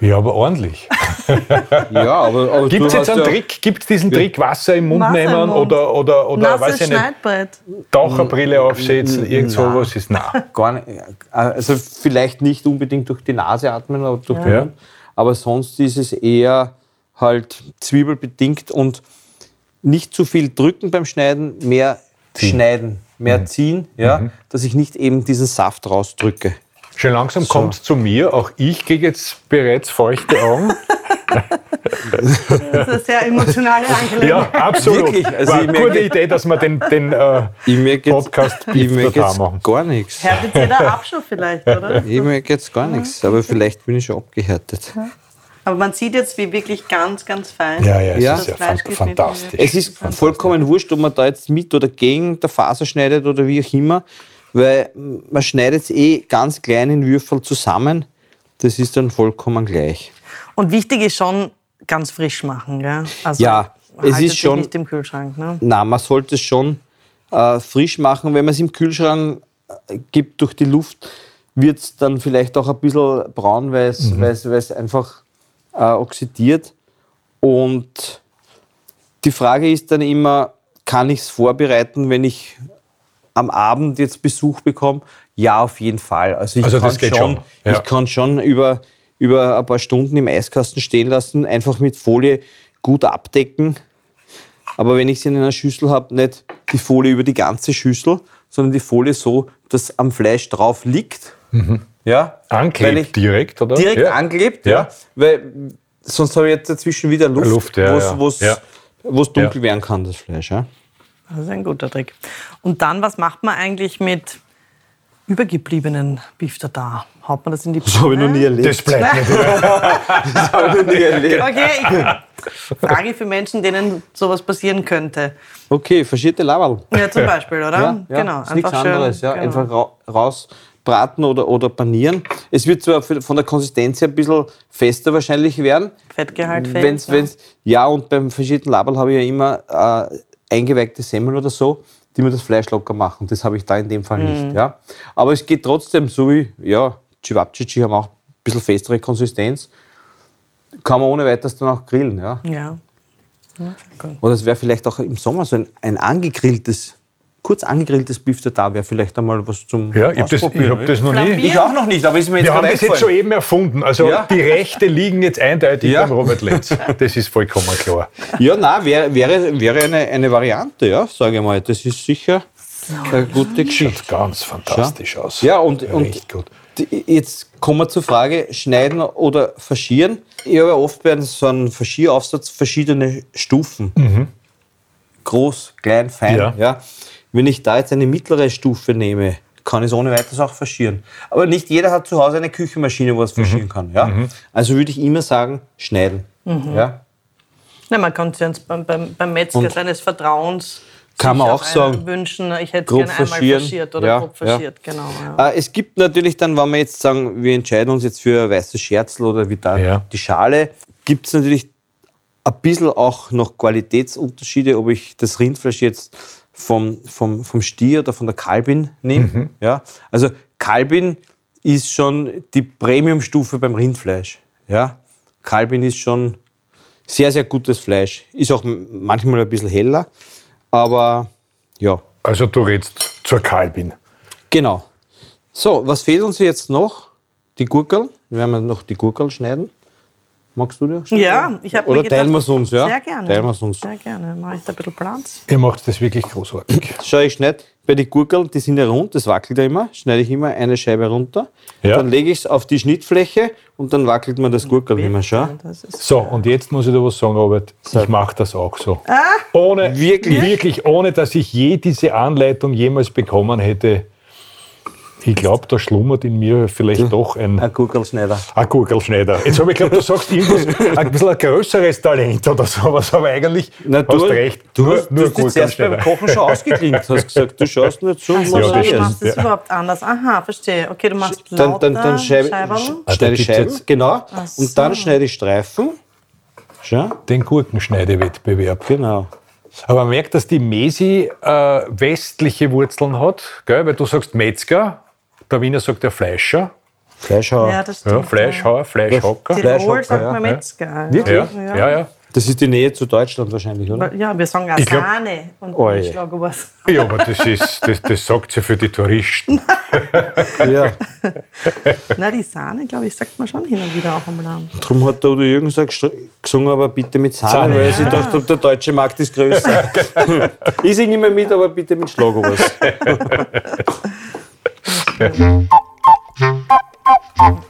Speaker 1: Ja, aber ordentlich.
Speaker 2: ja aber, aber
Speaker 1: Gibt es
Speaker 2: du
Speaker 1: jetzt
Speaker 2: hast
Speaker 1: einen
Speaker 2: ja-
Speaker 1: Trick? Gibt es diesen Trick, Wasser im Mund
Speaker 3: Wasser im
Speaker 1: nehmen
Speaker 3: Mund.
Speaker 1: oder, oder, oder weiß
Speaker 3: Nasses
Speaker 1: ich nicht,
Speaker 3: Schneidbrett.
Speaker 1: Taucherbrille aufsetzen, irgend sowas ist. Mm, Nein.
Speaker 2: Gar nicht, also vielleicht nicht unbedingt durch die Nase atmen, aber, durch
Speaker 1: Ja.
Speaker 2: den Mund. aber sonst ist es eher halt zwiebelbedingt und nicht zu viel drücken beim Schneiden, mehr schneiden, mehr
Speaker 1: Mhm.
Speaker 2: ziehen, ja, dass ich nicht eben diesen Saft rausdrücke.
Speaker 1: Schon langsam kommt es zu mir. Auch ich kriege jetzt bereits feuchte Augen.
Speaker 3: Das ist eine sehr emotionale
Speaker 1: ja,
Speaker 3: Angelegenheit.
Speaker 1: absolut.
Speaker 2: Wirklich, also
Speaker 1: War
Speaker 2: ich
Speaker 1: eine
Speaker 2: merke-
Speaker 1: gute Idee, dass wir den, den äh,
Speaker 2: Ich merke jetzt,
Speaker 1: Podcast
Speaker 2: ich merke
Speaker 1: Biftata
Speaker 2: jetzt
Speaker 1: machen.
Speaker 2: gar nichts.
Speaker 3: Härtet ihr da ab schon vielleicht, oder?
Speaker 2: Ich merke jetzt gar nichts, aber vielleicht bin ich schon abgehärtet.
Speaker 3: Aber man sieht jetzt, wie wirklich ganz, ganz fein.
Speaker 1: Ja, ja, es
Speaker 2: Ja.
Speaker 1: ist ja
Speaker 3: Das Fleisch
Speaker 1: fan-
Speaker 3: geschnitten
Speaker 1: fantastisch.
Speaker 2: Es ist vollkommen wurscht, ob man da jetzt mit oder gegen der Faser schneidet oder wie auch immer, weil man schneidet es eh ganz klein in Würfel zusammen. Das ist dann vollkommen gleich.
Speaker 3: Und wichtig ist schon, ganz frisch machen. Gell? Also
Speaker 2: Ja, es
Speaker 3: haltet
Speaker 2: ist
Speaker 3: sich
Speaker 2: schon-
Speaker 3: nicht im Kühlschrank. Ne?
Speaker 2: Na, man sollte es schon äh, frisch machen. Wenn man es im Kühlschrank äh, gibt durch die Luft, wird es dann vielleicht auch ein bisschen braun, weil es
Speaker 1: Mhm.
Speaker 2: weil's- weil's einfach äh, oxidiert. Und die Frage ist dann immer, kann ich es vorbereiten, wenn ich am Abend jetzt Besuch bekomme? Ja, auf jeden Fall. Also ich
Speaker 1: Also das
Speaker 2: kann
Speaker 1: geht
Speaker 2: schon,
Speaker 1: schon, ja.
Speaker 2: ich kann schon über, über ein paar Stunden im Eiskasten stehen lassen, einfach mit Folie gut abdecken. Aber wenn ich sie in einer Schüssel habe, nicht die Folie über die ganze Schüssel, sondern die Folie so, dass am Fleisch drauf liegt. Ja, weil ich
Speaker 1: Anklebt direkt, Mhm. oder?
Speaker 2: direkt
Speaker 1: ja.
Speaker 2: anklebt,
Speaker 1: Ja.
Speaker 2: ja. weil sonst habe ich jetzt dazwischen wieder Luft,
Speaker 1: Luft, ja,
Speaker 2: wo's-
Speaker 1: ja,
Speaker 2: wo's-
Speaker 1: ja.
Speaker 2: wo's dunkel
Speaker 1: Ja.
Speaker 2: werden kann, das Fleisch. Ja.
Speaker 3: Das ist ein guter Trick. Und dann, was macht man eigentlich mit übergebliebenen Beef da? Haut man das in die Pfanne?
Speaker 2: Das habe ich noch nie erlebt.
Speaker 1: Das bleibt nicht.
Speaker 2: Das habe ich noch nie erlebt.
Speaker 3: Okay, ich frage für Menschen, denen sowas passieren könnte.
Speaker 2: Okay, faschierte Laberl.
Speaker 3: Ja, zum Beispiel, oder?
Speaker 2: ist nichts anderes. Ja.
Speaker 3: genau.
Speaker 2: Ähm, genau, Einfach ra rausbraten oder, oder panieren. Es wird zwar für- von der Konsistenz her ein bisschen fester wahrscheinlich werden.
Speaker 3: Fettgehalt fällt.
Speaker 2: Wenn's,
Speaker 3: ja.
Speaker 2: wenn's, ja, und beim verschiedenen Label habe ich ja immer äh, eingeweckte Semmeln oder so, die mir das Fleisch locker machen. Das habe ich da in dem Fall nicht. Ja. Aber es geht trotzdem, so wie, ja, Chivapchichi haben auch ein bisschen festere Konsistenz. Kann man ohne weiteres dann auch grillen. Ja.
Speaker 3: ja. Ja, sehr gut.
Speaker 2: Oder es wäre vielleicht auch im Sommer so ein, ein angegrilltes, kurz angegrilltes Beef da wäre vielleicht einmal was zum
Speaker 1: Ja, ich habe das, ich
Speaker 2: Ausprobieren.
Speaker 1: hab das noch nie.
Speaker 3: Flambiert.
Speaker 2: Ich auch noch nicht, aber ist mir jetzt
Speaker 1: Wir haben
Speaker 2: gerade
Speaker 1: das jetzt
Speaker 2: eingefallen.
Speaker 1: soeben erfunden. Also
Speaker 2: Ja.
Speaker 1: die Rechte liegen jetzt eindeutig
Speaker 2: Ja.
Speaker 1: beim Robert Lenz. Das ist vollkommen klar.
Speaker 2: Ja, nein, wäre wäre wäre eine, eine Variante, ja, sage ich mal. Das ist sicher eine gute Geschichte.
Speaker 1: Sieht ganz fantastisch aus.
Speaker 2: Ja, und, und
Speaker 1: Echt gut.
Speaker 2: d- jetzt kommen wir zur Frage, schneiden oder faschieren. Ich habe ja oft bei so einem Faschieraufsatz verschiedene Stufen. Groß, klein, fein.
Speaker 1: Ja.
Speaker 2: Ja. Wenn ich da jetzt eine mittlere Stufe nehme, kann ich es ohne weiteres auch faschieren. Aber nicht jeder hat zu Hause eine Küchenmaschine, wo es faschieren kann. Ja? Also würde ich immer sagen, schneiden. Ja?
Speaker 3: Nein, man kann es ja beim, beim, beim Metzger
Speaker 2: Und-
Speaker 3: seines Vertrauens
Speaker 2: Kann man
Speaker 3: sich
Speaker 2: auch
Speaker 3: auf einen
Speaker 2: sagen,
Speaker 3: wünschen, ne? ich hätte
Speaker 2: grob
Speaker 3: gerne einmal
Speaker 2: faschieren,
Speaker 3: faschiert oder
Speaker 2: ja,
Speaker 3: grob
Speaker 2: ja.
Speaker 3: faschiert, genau. Ja.
Speaker 2: Äh, es gibt natürlich dann, wenn wir jetzt sagen, wir entscheiden uns jetzt für weißes Scherzel oder wie da
Speaker 1: Ja.
Speaker 2: die Schale, gibt es natürlich ein bisschen auch noch Qualitätsunterschiede, ob ich das Rindfleisch jetzt vom, vom, vom Stier oder von der Kalbin nehme. Ja? Also Kalbin ist schon die Premiumstufe beim Rindfleisch. Ja? Kalbin ist schon sehr, sehr gutes Fleisch. Ist auch m- manchmal ein bisschen heller, aber ja.
Speaker 1: Also du redest zur Kalbin.
Speaker 2: Genau. So, was fehlt uns jetzt noch? Die Gurkel. Wir werden noch die Gurkel schneiden. Magst du dir?
Speaker 3: Ja, ich habe
Speaker 2: Oder teilen wir es uns, ja?
Speaker 3: Sehr gerne.
Speaker 2: Teilen wir es uns.
Speaker 3: Sehr gerne. Mache ich da ein bisschen Platz.
Speaker 1: Ihr macht das wirklich großartig.
Speaker 2: Schau, ich schneide bei den Gurkeln, die sind ja rund, das wackelt ja immer, schneide ich immer eine Scheibe runter.
Speaker 1: Ja.
Speaker 2: Dann lege ich es auf die Schnittfläche und dann wackelt man das Gurkel immer, schau.
Speaker 3: Das ist
Speaker 1: So, und jetzt muss ich dir was sagen, Robert. Ich mache das auch so. Ohne,
Speaker 2: Ah, Wirklich?
Speaker 1: wirklich, ohne dass ich je diese Anleitung jemals bekommen hätte. Ich glaube, da schlummert in mir vielleicht doch ein,
Speaker 2: Ein Gurkelschneider.
Speaker 1: ein Gurgelschneider. Jetzt habe ich glaube, du sagst irgendwas, ein bisschen ein größeres Talent oder sowas, aber eigentlich hast recht.
Speaker 2: Du,
Speaker 1: nur
Speaker 2: hast-
Speaker 1: nur
Speaker 2: du hast dich zuerst beim
Speaker 1: Gurgelschneider.
Speaker 2: Kochen schon ausgeklinkt, hast gesagt, du schaust nur zu und
Speaker 3: Also,
Speaker 1: das
Speaker 2: machst
Speaker 3: du
Speaker 2: alles.
Speaker 1: stimmt,
Speaker 3: machst das
Speaker 1: ja.
Speaker 3: überhaupt anders. Aha, verstehe. Okay, du machst
Speaker 2: Dann, dann, dann schneide,
Speaker 3: Scheiberl.
Speaker 1: Ah, da
Speaker 2: schneide ich
Speaker 1: gibt's
Speaker 2: Scheiben,
Speaker 1: jetzt-
Speaker 2: genau.
Speaker 3: so.
Speaker 2: Und dann schneide ich Streifen. Schau,
Speaker 1: Den Gurkenschneidewettbewerb.
Speaker 2: genau.
Speaker 1: Aber man merkt, dass die Mesi äh, westliche Wurzeln hat, gell? weil du sagst Metzger, der Wiener sagt ja Fleischer,
Speaker 2: Fleischhauer.
Speaker 3: Ja, das stimmt.
Speaker 1: ja, Fleischhauer, Fleischhocker.
Speaker 3: Tirol
Speaker 2: Fleischhocker,
Speaker 3: sagt
Speaker 2: ja,
Speaker 3: man
Speaker 1: ja.
Speaker 3: Metzger.
Speaker 1: Ja,
Speaker 3: Ja.
Speaker 1: ja, ja.
Speaker 2: Das ist die Nähe zu Deutschland wahrscheinlich, oder?
Speaker 3: Ja, wir sagen auch
Speaker 1: Ich glaub-
Speaker 3: Sahne und
Speaker 2: Oi.
Speaker 3: ich schlage was.
Speaker 1: Ja, aber das, ist, das, das sagt ja für die Touristen.
Speaker 2: Ja.
Speaker 3: Na, die Sahne, glaube ich, sagt man schon hin und wieder auch am Namen.
Speaker 2: Darum hat der Udo Jürgens auch gestr- gesungen, aber bitte mit Sahne,
Speaker 1: Sahne,
Speaker 2: weil
Speaker 3: Ah.
Speaker 2: sie dachte, der deutsche Markt ist größer. ich singe immer mit, aber bitte mit Schlagobers.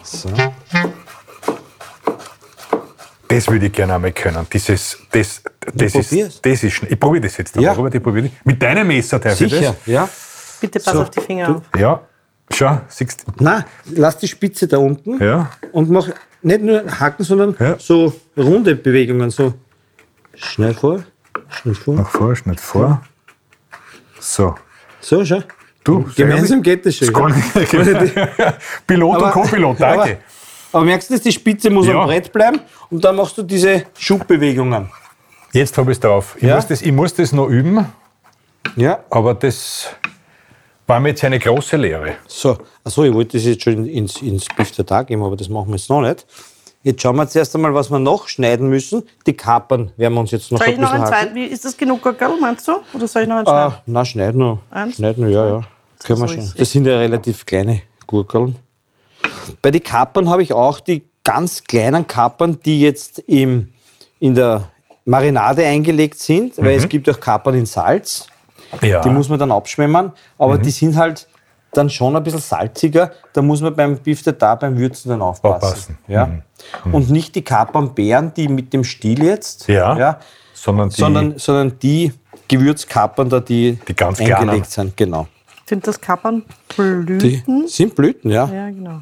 Speaker 2: so.
Speaker 1: Das würde ich gerne einmal können. Dieses, das, das,
Speaker 2: probier's.
Speaker 1: ist, das ist schnell. Ich probiere das jetzt.
Speaker 2: Ja.
Speaker 1: einmal, Robert, ich probier das. Mit deinem Messer darf
Speaker 2: Sicher,
Speaker 1: ich
Speaker 2: ja.
Speaker 3: Bitte pass auf die Finger auf.
Speaker 1: das? Ja. Schau, siehst du?
Speaker 2: Na, lass die Spitze da unten
Speaker 1: Ja.
Speaker 2: und mach nicht nur Haken, sondern
Speaker 1: Ja.
Speaker 2: so runde Bewegungen, so schnell vor, schnell vor.
Speaker 1: Nach vor, schneid vor. So.
Speaker 2: So, schau.
Speaker 1: Du,
Speaker 2: Gemeinsam geht das schon.
Speaker 1: Das kann ich- Pilot und Co-Pilot, danke.
Speaker 2: Aber, aber merkst du, dass die Spitze muss
Speaker 1: Ja.
Speaker 2: am Brett bleiben und dann machst du diese Schubbewegungen.
Speaker 1: Jetzt habe ich es drauf. Ich,
Speaker 2: Ja?
Speaker 1: muss das, ich muss das noch üben,
Speaker 2: Ja,
Speaker 1: aber das war mir jetzt eine große Lehre.
Speaker 2: so. Achso, ich wollte das jetzt schon ins, ins Biff der Tag geben, aber das machen wir jetzt noch nicht. Jetzt schauen wir zuerst einmal, was wir noch schneiden müssen. Die Kapern werden wir uns jetzt noch
Speaker 3: Soll
Speaker 2: ein
Speaker 3: ich noch
Speaker 2: bisschen
Speaker 3: einen
Speaker 2: hacken.
Speaker 3: zweiten? Wie, ist das genug Gurgel, meinst du? Oder soll ich noch einen zweiten?
Speaker 2: Ah, na, schneiden noch.
Speaker 3: Eins?
Speaker 2: Schneiden noch, ja, ja. Können wir
Speaker 3: So
Speaker 2: schon.
Speaker 3: ist
Speaker 2: Das sind ja relativ kleine Gurkeln. Bei den Kapern habe ich auch die ganz kleinen Kapern, die jetzt im, in der Marinade eingelegt sind, weil es gibt auch Kapern in Salz.
Speaker 1: Mhm. Ja. Mhm.
Speaker 2: Die muss man dann abschwemmen, aber die sind halt dann schon ein bisschen salziger. Da muss man beim Beef de da beim Würzen dann aufpassen.
Speaker 1: Aufpassen. Mhm.
Speaker 2: Ja? Und nicht die Kapernbeeren, die mit dem Stiel jetzt,
Speaker 1: Ja. sondern die,
Speaker 2: sondern, sondern die Gewürzkapern da, die,
Speaker 1: Die ganz
Speaker 2: eingelegt
Speaker 1: kleinen.
Speaker 2: sind. Genau.
Speaker 3: Sind das Kapern? Blüten?
Speaker 2: Die sind Blüten, ja.
Speaker 3: Ja, genau.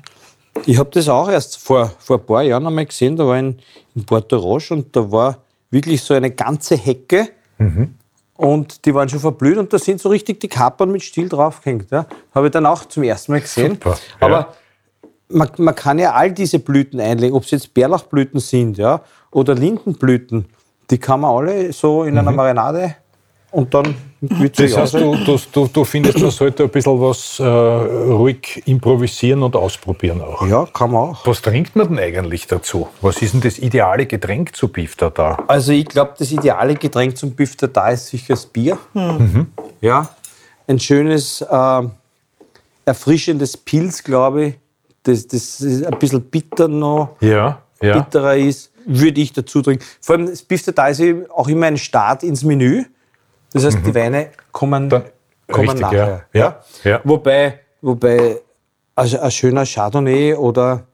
Speaker 2: Ich habe das auch erst vor, vor ein paar Jahren einmal gesehen. Da war ich in, in Porto Roche und da war wirklich so eine ganze Hecke.
Speaker 1: Mhm.
Speaker 2: Und die waren schon verblüht und da sind so richtig die Kapern mit Stiel draufgehängt. Ja. Habe ich dann auch zum ersten Mal gesehen.
Speaker 1: Super, ja.
Speaker 2: Aber man, man kann ja all diese Blüten einlegen, ob es jetzt Bärlauchblüten sind ja, oder Lindenblüten. Die kann man alle so in einer Marinade und dann wird
Speaker 1: Mhm. das heißt, du, du, du, du findest, man sollte ein bisschen was äh, ruhig improvisieren und ausprobieren auch.
Speaker 2: Ja, kann man auch.
Speaker 1: Was trinkt man denn eigentlich dazu? Was ist denn das ideale Getränk zu Beef da da?
Speaker 2: Also ich glaube, das ideale Getränk zum Biff da ist sicher das Bier. Ja, ein schönes, äh, erfrischendes Pilz, glaube ich, das, das ist ein bisschen bitter noch,
Speaker 1: Ja, ja.
Speaker 2: bitterer ist, würde ich dazu trinken. Vor allem das Biff da ist eben auch immer ein Start ins Menü. Das heißt, die Weine kommen,
Speaker 1: Mhm. Dann-
Speaker 2: kommen
Speaker 1: richtig, ja.
Speaker 2: nachher.
Speaker 1: Ja, ja.
Speaker 2: Wobei, wobei ein, ein schöner Chardonnay oder...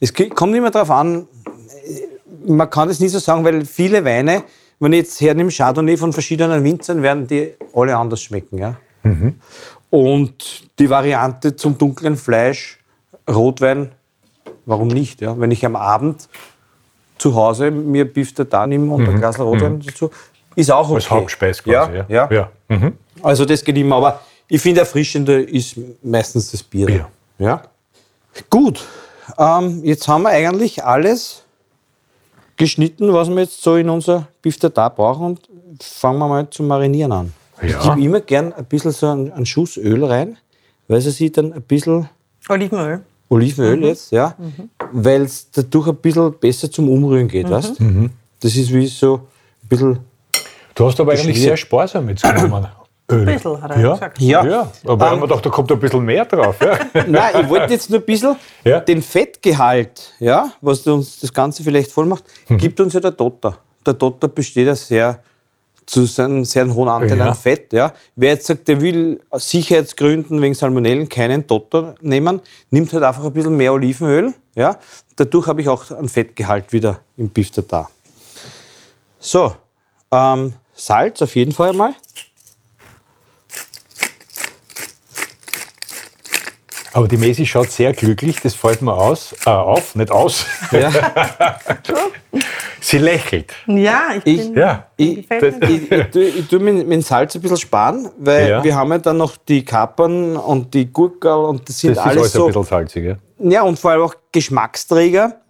Speaker 2: Es ge- kommt immer darauf an, man kann das nicht so sagen, weil viele Weine, wenn ich jetzt hernehme Chardonnay von verschiedenen Winzern, werden die alle anders schmecken. Ja? Und die Variante zum dunklen Fleisch, Rotwein, warum nicht? Ja? Wenn ich am Abend zu Hause mir Beef da nehme und ein Glas Rotwein dazu, ist auch okay.
Speaker 1: Mhm. Als Hauptspeis quasi.
Speaker 2: Ja, ja.
Speaker 1: ja. Mhm.
Speaker 2: Also das geht immer, aber ich finde erfrischender ist meistens das Bier.
Speaker 1: Bier.
Speaker 2: Ja. Gut, ähm, jetzt haben wir eigentlich alles geschnitten, was wir jetzt so in unser Beef da brauchen und fangen wir mal zum Marinieren an.
Speaker 1: Ja.
Speaker 2: Ich gebe immer gern ein bisschen so einen, einen Schuss Öl rein, weil sie sich dann ein bisschen
Speaker 3: Olivenöl.
Speaker 2: Olivenöl jetzt, ja, weil es dadurch ein bisschen besser zum Umrühren geht, weißt Das ist wie so ein bisschen
Speaker 1: Du hast aber eigentlich
Speaker 2: Geschmiert.
Speaker 1: sehr sparsam jetzt genommen. Öl.
Speaker 3: bisschen, hat er
Speaker 1: ja.
Speaker 3: gesagt.
Speaker 1: Ja.
Speaker 2: Ja.
Speaker 1: aber
Speaker 2: Ähm,
Speaker 1: haben wir gedacht, da kommt ein bisschen mehr drauf. Ja.
Speaker 2: Nein, ich wollte jetzt nur ein bisschen
Speaker 1: Ja.
Speaker 2: den Fettgehalt, ja, was uns das Ganze vielleicht vollmacht,
Speaker 1: Hm.
Speaker 2: gibt uns ja der Dotter. Der Dotter besteht ja sehr zu seinem sehr einen hohen Anteil
Speaker 1: Ja.
Speaker 2: an Fett. Ja. Wer jetzt sagt, der will aus Sicherheitsgründen wegen Salmonellen keinen Dotter nehmen, nimmt halt einfach ein bisschen mehr Olivenöl. Ja. Dadurch habe ich auch einen Fettgehalt wieder im Beef Tartar. So, ähm, Salz auf jeden Fall einmal.
Speaker 1: Aber die Messi schaut sehr glücklich, das fällt mir aus, äh, auf, nicht aus.
Speaker 2: Ja.
Speaker 1: Sie lächelt.
Speaker 3: Ja, ich,
Speaker 2: Ich-
Speaker 3: bin.
Speaker 1: Ja.
Speaker 2: Ich,
Speaker 3: Gefällt mir
Speaker 2: ich, ich, tu- ich tue mein, mein Salz ein bisschen sparen, weil
Speaker 1: Ja.
Speaker 2: wir haben ja dann noch die Kapern und die Gurkel und das sind
Speaker 1: Das ist
Speaker 2: alles
Speaker 1: alles ein
Speaker 2: so.
Speaker 1: bisschen salzig. Ja.
Speaker 2: Ja, und vor allem auch Geschmacksträger,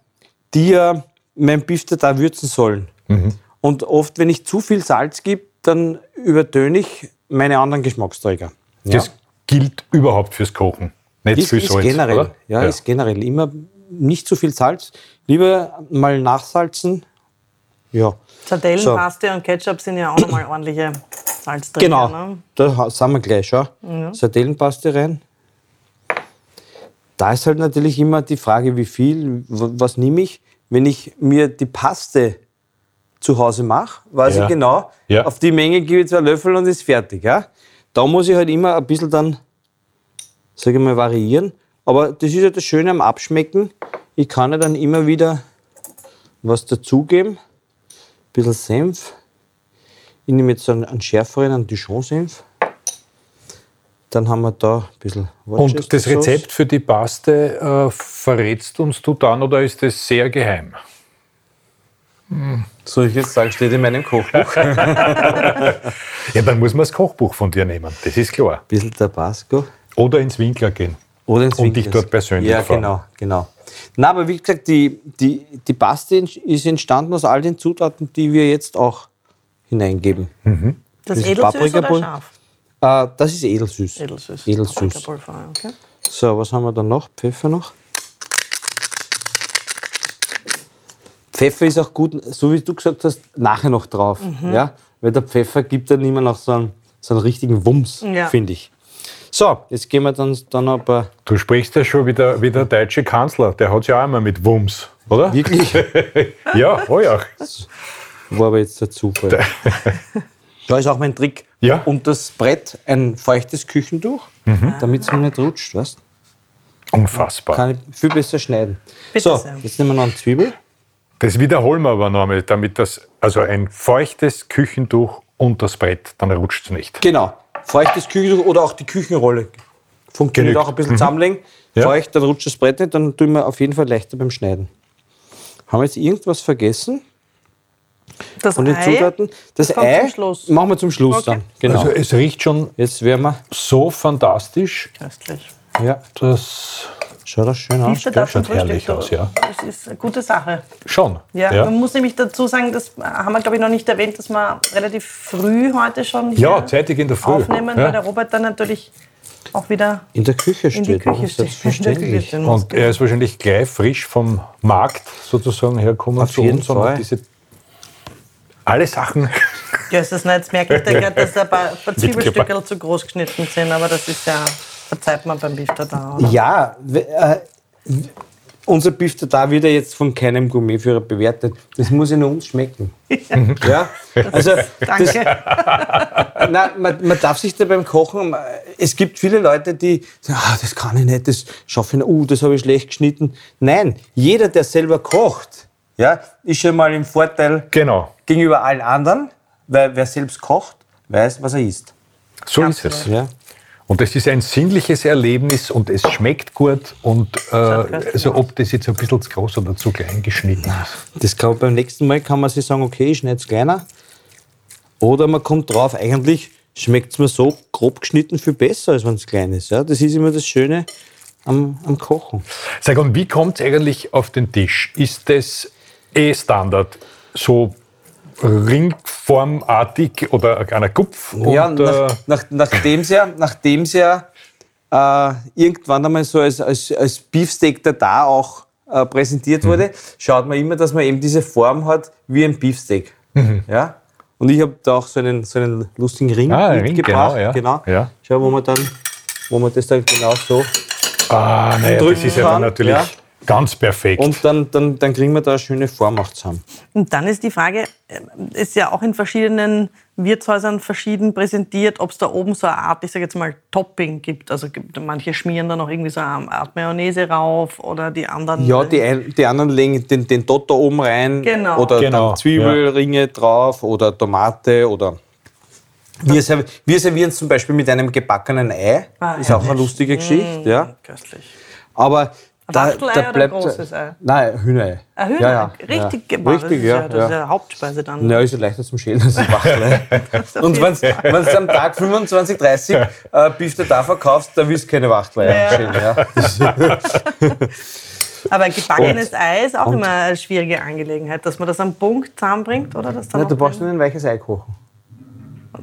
Speaker 2: die ja mein Beef da würzen sollen.
Speaker 1: Mhm.
Speaker 2: Und oft, wenn ich zu viel Salz gebe, dann übertöne ich meine anderen Geschmacksträger. Ja.
Speaker 1: Das gilt überhaupt fürs Kochen. Nicht
Speaker 2: ist,
Speaker 1: viel
Speaker 2: ist
Speaker 1: Salz.
Speaker 2: generell.
Speaker 1: Oder?
Speaker 2: Ja, ist generell. Immer nicht zu viel Salz. Lieber mal nachsalzen. Ja.
Speaker 3: Sardellen,
Speaker 2: So.
Speaker 3: Paste und Ketchup sind ja auch nochmal ordentliche Salz drin.
Speaker 2: Genau,
Speaker 3: Ne?
Speaker 2: da ha- sind wir gleich, schau. Sardellenpaste rein. Da ist halt natürlich immer die Frage, wie viel, w- was nehme ich? Wenn ich mir die Paste zu Hause mache, weiß
Speaker 1: Ja.
Speaker 2: ich genau,
Speaker 1: Ja.
Speaker 2: auf die Menge gebe ich zwei Löffel und ist fertig. Ja? Da muss ich halt immer ein bisschen dann, sage ich mal, variieren. Aber das ist ja das Schöne am Abschmecken. Ich kann ja dann immer wieder was dazugeben. Ein bisschen Senf. Ich nehme jetzt einen, einen schärferen, einen Dijon-Senf. Dann haben wir da ein bisschen
Speaker 1: Und das
Speaker 2: Worcestershire Sauce.
Speaker 1: Rezept für die Paste äh, verrätst uns du dann oder ist das sehr geheim?
Speaker 2: Soll ich jetzt sagen, steht in meinem Kochbuch. Ein
Speaker 1: Ja, dann muss man das Kochbuch von dir nehmen, das ist klar.
Speaker 2: bisschen Tabasco.
Speaker 1: Oder ins Winkler gehen.
Speaker 2: Oder ins
Speaker 1: Und dich
Speaker 2: Winklers.
Speaker 1: dort persönlich
Speaker 2: Ja,
Speaker 1: fragen.
Speaker 2: genau, genau. Na, aber wie gesagt, die, die, die Paste ent- ist entstanden aus all den Zutaten, die wir jetzt auch hineingeben.
Speaker 1: Hm.
Speaker 3: Das
Speaker 2: Bisschen
Speaker 3: edelsüß oder
Speaker 2: Paprikapulver.
Speaker 3: scharf?
Speaker 2: Äh, das ist edelsüß.
Speaker 3: Edelsüß.
Speaker 2: Edelsüß.
Speaker 3: Paprikapulver, okay.
Speaker 2: So, was haben wir dann noch? Pfeffer noch. Pfeffer ist auch gut, so wie du gesagt hast, nachher noch drauf.
Speaker 3: Mhm.
Speaker 2: Ja? Weil der Pfeffer gibt dann immer noch so einen, so einen richtigen Wumms,
Speaker 3: Ja.
Speaker 2: finde ich. So, jetzt gehen wir dann, dann noch ein paar.
Speaker 1: Du sprichst ja schon wieder wie der deutsche Kanzler, der hat ja auch immer mit Wumms, oder?
Speaker 2: Wirklich?
Speaker 1: Ja, oh ja.
Speaker 2: War aber jetzt der Zufall. da ist auch mein Trick.
Speaker 1: Ja.
Speaker 2: Und das Brett ein feuchtes Küchentuch,
Speaker 3: Mhm.
Speaker 2: damit es mir nicht rutscht, weißt
Speaker 1: Unfassbar.
Speaker 2: Kann ich viel besser schneiden.
Speaker 3: Bitte
Speaker 2: so,
Speaker 3: sehr.
Speaker 2: jetzt nehmen wir noch eine Zwiebel.
Speaker 1: Das wiederholen wir aber nochmal, damit das, also ein feuchtes Küchentuch und das Brett, dann rutscht es nicht.
Speaker 2: Genau. Feuchtes Küchentuch oder auch die Küchenrolle. Funktioniert
Speaker 1: Genügt. Mhm.
Speaker 2: auch ein bisschen zusammenlegen.
Speaker 1: Ja.
Speaker 2: Feucht, dann rutscht das Brett nicht, dann tun wir auf jeden Fall leichter beim Schneiden. Haben wir jetzt irgendwas vergessen
Speaker 3: Das
Speaker 2: von den
Speaker 3: Ei,
Speaker 2: Zutaten? Das
Speaker 3: kommt
Speaker 2: Ei
Speaker 3: zum Schluss.
Speaker 2: machen wir zum Schluss
Speaker 3: Okay.
Speaker 2: dann. Genau.
Speaker 1: Also es riecht schon
Speaker 2: jetzt werden wir.
Speaker 1: so fantastisch,
Speaker 3: Köstlich.
Speaker 2: Ja,
Speaker 1: dass
Speaker 2: schaut das schön aus.
Speaker 3: Siehst du, da
Speaker 1: schaut
Speaker 3: zum Frühstück,
Speaker 1: herrlich
Speaker 3: du-
Speaker 1: aus, ja.
Speaker 3: Das ist eine gute Sache.
Speaker 1: schon.
Speaker 3: Ja, man muss nämlich dazu sagen, das haben wir, glaube ich, noch nicht erwähnt, dass wir relativ früh heute schon hier
Speaker 1: Ja, zeitig in der Früh.
Speaker 3: aufnehmen,
Speaker 1: Ja.
Speaker 3: weil der Robert dann natürlich auch wieder
Speaker 2: In der Küche
Speaker 3: in
Speaker 2: steht.
Speaker 3: die
Speaker 2: ne?
Speaker 3: Küche steht.
Speaker 2: Selbstverständlich.
Speaker 3: Stehen muss.
Speaker 1: Und äh, er ist wahrscheinlich gleich frisch vom Markt sozusagen herkommen
Speaker 2: Auf jeden
Speaker 1: und hat
Speaker 2: Fall.
Speaker 1: diese alle Sachen.
Speaker 3: Ja, ist das nicht. Jetzt merke ich da gerade, dass ein paar, ein paar Zwiebelstücke zu groß geschnitten sind, aber das ist ja, verzeiht man beim Beef da oder?
Speaker 2: Ja, w- äh, w- unser Beef da wird ja jetzt von keinem Gourmetführer bewertet. Das muss ja nur uns schmecken. Ja, also das,
Speaker 3: Danke.
Speaker 2: na, man, man darf sich da beim Kochen, ähm, es gibt viele Leute, die sagen, ah, das kann ich nicht, das schaffe ich nicht, uh, das habe ich schlecht geschnitten. Nein, jeder, der selber kocht, ja, ist schon mal im Vorteil
Speaker 1: Genau,
Speaker 2: gegenüber allen anderen, weil wer selbst kocht, weiß, was er isst.
Speaker 1: so ist es.
Speaker 2: Ja.
Speaker 1: Und es ist ein sinnliches Erlebnis und es schmeckt gut. Und äh,
Speaker 3: köstlich
Speaker 1: also ob das jetzt ein bisschen zu groß oder zu klein geschnitten ist.
Speaker 2: Das kann, beim nächsten Mal kann man sich sagen, okay, ich schneide es kleiner. Oder man kommt drauf, eigentlich schmeckt es mir so grob geschnitten viel besser, als wenn es klein ist. Ja? Das ist immer das Schöne am, am Kochen.
Speaker 1: Sag, und wie kommt es eigentlich auf den Tisch? Ist das eh Standard? So ringformartig oder einer Kupf?
Speaker 2: ja,
Speaker 1: und,
Speaker 2: nach,
Speaker 1: äh,
Speaker 2: nach, nachdem es ja, nachdem's ja äh, irgendwann einmal so als, als, als Beefsteak da da auch äh,
Speaker 1: Mhm. Mhm.
Speaker 2: präsentiert wurde, schaut man immer, dass man eben diese Form hat wie ein Beefsteak. Ja? Und ich habe da auch so einen, so einen lustigen Ring
Speaker 1: Ah, ein Ring,
Speaker 2: mitgebracht.
Speaker 1: genau, ja. Ja.
Speaker 2: Schau, wo man dann, wo man das dann genau so.
Speaker 1: Ah, naja, das
Speaker 2: Drücken
Speaker 1: ist ja dann
Speaker 2: kann,
Speaker 1: natürlich
Speaker 2: ja.
Speaker 1: ganz perfekt.
Speaker 2: Und dann, dann, dann kriegen wir da eine schöne Form auch zusammen.
Speaker 3: Und dann ist die Frage, äh, ist ja auch in verschiedenen Wirtshäusern verschieden präsentiert, ob es da oben so eine Art, ich sage jetzt mal, Topping gibt. Also gibt, manche schmieren da noch irgendwie so eine Art Mayonnaise rauf oder die anderen. äh,
Speaker 2: Ja, die, ein, die anderen legen den, den Dot da oben rein.
Speaker 3: Genau.
Speaker 2: Oder
Speaker 1: Genau,
Speaker 2: dann Zwiebelringe drauf oder Tomate oder. Wir, serv wir servieren es zum Beispiel mit einem gebackenen Ei.
Speaker 3: Ah,
Speaker 2: ist auch
Speaker 3: herrlich.
Speaker 2: eine lustige Geschichte. Ja.
Speaker 3: Köstlich.
Speaker 2: Aber da,
Speaker 3: Wachteleier
Speaker 2: da
Speaker 3: oder
Speaker 2: bleibt.
Speaker 3: großes Ei?
Speaker 2: Nein, Hühnerei.
Speaker 3: Ein Hühner,
Speaker 2: Ja, ja,
Speaker 3: richtig
Speaker 2: ja.
Speaker 3: gemacht.
Speaker 2: Richtig,
Speaker 3: das ist ja,
Speaker 2: ja.
Speaker 3: das ist
Speaker 2: ja.
Speaker 3: ja Hauptspeise dann.
Speaker 2: Ja, ist ja leichter zum Schälen als ein Wachtelei.
Speaker 3: auf
Speaker 2: Und
Speaker 3: jeden
Speaker 2: wenn du am Tag 25, 30 äh, Bifte da verkaufst, dann willst du keine Wachtelei
Speaker 3: Ja.
Speaker 2: schälen. Ja.
Speaker 3: Aber ein gebackenes Ei ist auch immer eine schwierige Angelegenheit, dass man das am Punkt zusammenbringt, oder? Dass dann
Speaker 2: Nein, du
Speaker 3: auch-
Speaker 2: brauchst nur ein weiches Ei kochen.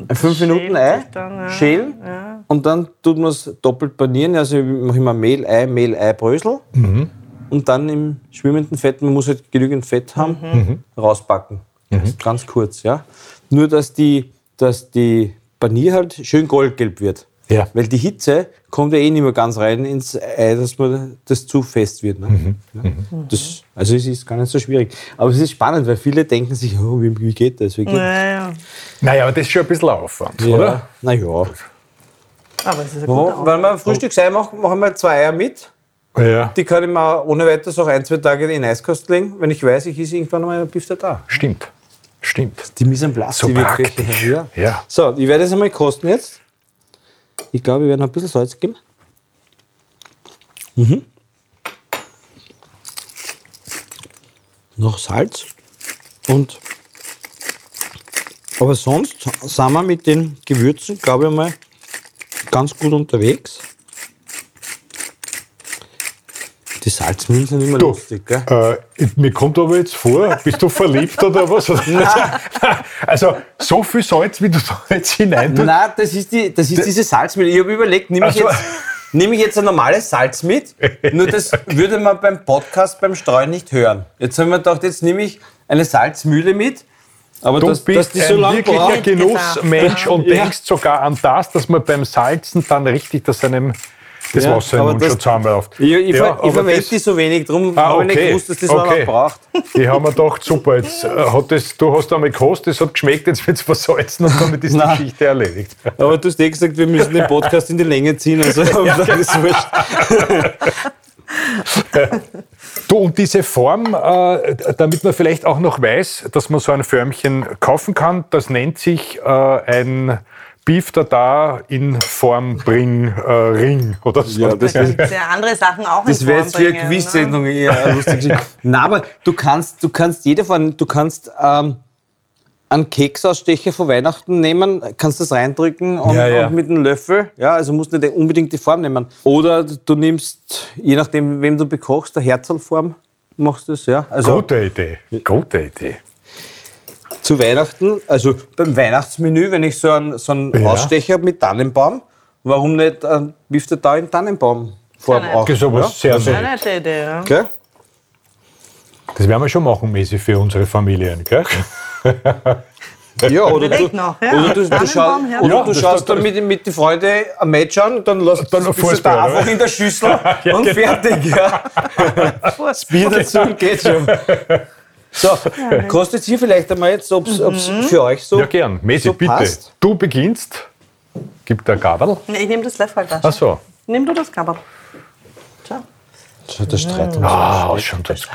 Speaker 2: Ein 5
Speaker 3: schält
Speaker 2: Minuten Ei,
Speaker 3: sich dann, ja.
Speaker 2: schälen
Speaker 3: Ja.
Speaker 2: und dann tut man es doppelt panieren. Also ich mache immer Mehl, Ei, Mehl, Ei, Brösel. Und dann im schwimmenden Fett, man muss halt genügend Fett haben,
Speaker 3: Mhm.
Speaker 2: rausbacken. Das ist Ganz kurz, ja. Nur, dass die, dass die Panier halt schön goldgelb wird.
Speaker 1: Ja.
Speaker 2: Weil die Hitze kommt ja eh nicht mehr ganz rein ins Ei, dass man das zu fest wird. Ne? Ja. Das, also es ist gar nicht so schwierig. Aber es ist spannend, weil viele denken sich, oh, wie, wie geht das? Wie geht das?
Speaker 3: Ja, ja.
Speaker 1: naja, aber das ist schon ein bisschen Aufwand, oder?
Speaker 2: Ja, na ja.
Speaker 3: Aber es ist ein guter
Speaker 2: Wenn wir ein Frühstücksei machen, machen wir zwei Eier mit.
Speaker 1: Ja,
Speaker 2: Die kann ich mir ohne weiteres auch ein, zwei Tage in den Eiskost legen, wenn ich weiß, ich ist irgendwann mal ein Bifter da.
Speaker 1: stimmt. Stimmt.
Speaker 2: Die Mise en Place,
Speaker 1: So
Speaker 2: die
Speaker 1: praktisch.
Speaker 2: Ja.
Speaker 1: Ja.
Speaker 2: So, ich werde es einmal kosten jetzt. Ich glaube, wir werden ein bisschen Salz geben. Mhm. Noch Salz. Und aber sonst sind wir mit den Gewürzen, glaube ich, mal ganz gut unterwegs. Die Salzmühlen sind immer
Speaker 1: Du,
Speaker 2: lustig, gell?
Speaker 1: Äh, ich- mir kommt aber jetzt vor, bist du verliebt oder was? also, so viel Salz, wie du da jetzt hinein tust.
Speaker 2: Nein, das ist, die, das ist diese Salzmühle. Ich habe überlegt, nehme ich,
Speaker 1: Ach so.
Speaker 2: jetzt, nehme ich jetzt ein normales Salz mit? Nur das würde man beim Podcast, beim Streuen nicht hören. Jetzt haben wir gedacht, jetzt nehme ich eine Salzmühle mit. Aber
Speaker 1: Du
Speaker 2: dass, dass
Speaker 1: bist
Speaker 2: die so
Speaker 1: ein
Speaker 2: lang
Speaker 1: wirklicher
Speaker 2: braucht.
Speaker 3: braucht.
Speaker 1: Genussmensch
Speaker 3: Ja.
Speaker 1: und denkst sogar an das, dass man beim Salzen dann richtig das, einem, das
Speaker 2: Ja,
Speaker 1: Wasser im
Speaker 2: aber
Speaker 1: Mund
Speaker 2: das-
Speaker 1: schon zusammenläuft.
Speaker 2: Ich, ich,
Speaker 1: Ja,
Speaker 2: ver- ich
Speaker 1: aber
Speaker 2: verwende
Speaker 1: das-
Speaker 2: die so wenig, darum
Speaker 1: Ah,
Speaker 2: habe ich
Speaker 1: okay,
Speaker 2: nicht gewusst, dass das
Speaker 1: okay.
Speaker 2: man braucht.
Speaker 1: Ich habe mir gedacht, super, jetzt äh, hat das, du hast einmal gekostet, es hat geschmeckt, jetzt wird es versalzen und damit ist die
Speaker 2: Nein.
Speaker 1: Geschichte erledigt.
Speaker 2: Aber du hast eh gesagt, wir müssen den Podcast in die Länge ziehen. Also
Speaker 1: genau.
Speaker 2: das ist wurscht.
Speaker 1: Du, und diese Form, äh, damit man vielleicht auch noch weiß, dass man so ein Förmchen kaufen kann, das nennt sich äh, ein Beef Dada in Form Bring äh, Ring oder so.
Speaker 2: Ja, das
Speaker 3: Da
Speaker 2: ist-
Speaker 3: gibt es ja andere Sachen auch ne? in
Speaker 2: Das wäre jetzt
Speaker 3: Form
Speaker 2: für eine
Speaker 1: ne?
Speaker 3: bringen,
Speaker 2: Quiz-Sendung eher eine lustige Geschichte. Nein, aber du kannst, du kannst jede von, du kannst ähm, einen Keksausstecher von Weihnachten nehmen, kannst das reindrücken und,
Speaker 1: Ja, ja.
Speaker 2: und mit einem Löffel. Ja, also musst nicht unbedingt die Form nehmen. Oder du nimmst, je nachdem, wem du bekochst, eine Herzlform machst das, ja. Also
Speaker 1: Gute Idee, gute Idee.
Speaker 2: zu Weihnachten, also beim Weihnachtsmenü, wenn ich so einen, so einen
Speaker 1: Ja.
Speaker 2: Ausstecher habe mit Tannenbaum, warum nicht ähm, ein Biff da in Tannenbaumform
Speaker 3: Kann er.
Speaker 2: auch?
Speaker 1: Das ist aber sehr,
Speaker 3: ne?
Speaker 1: sehr,
Speaker 3: Eine nette Idee, ja.
Speaker 2: Okay.
Speaker 1: das werden wir schon machen, mäßig für unsere Familien, gell?
Speaker 2: Ja, oder
Speaker 3: Überleg
Speaker 2: du,
Speaker 3: noch, ja.
Speaker 2: oder du, du,
Speaker 3: Tannenbaum,
Speaker 2: schau,
Speaker 3: ja.
Speaker 2: oder
Speaker 1: Ja,
Speaker 2: du
Speaker 1: das-
Speaker 2: schaust
Speaker 1: das-
Speaker 2: dann mit, mit den Freunden am Match an, dann lässt
Speaker 1: Dann
Speaker 2: du
Speaker 1: noch
Speaker 2: bist du da
Speaker 1: Fußball,
Speaker 2: einfach
Speaker 1: oder?
Speaker 2: in der Schüssel und
Speaker 1: genau.
Speaker 2: fertig. Ja. Das Bier dazu geht schon. So, kostet hier vielleicht einmal jetzt, ob es
Speaker 3: Mhm.
Speaker 2: für euch so.
Speaker 1: Ja, gern. Mäßig,
Speaker 2: so
Speaker 1: bitte.
Speaker 2: passt.
Speaker 1: Du beginnst. Gib der Gabel.
Speaker 3: Ich nehme das Löffel da.
Speaker 1: Ach so.
Speaker 3: Nimm du das Kabel. Ciao.
Speaker 2: So, der Streit.
Speaker 1: Ah, schon das.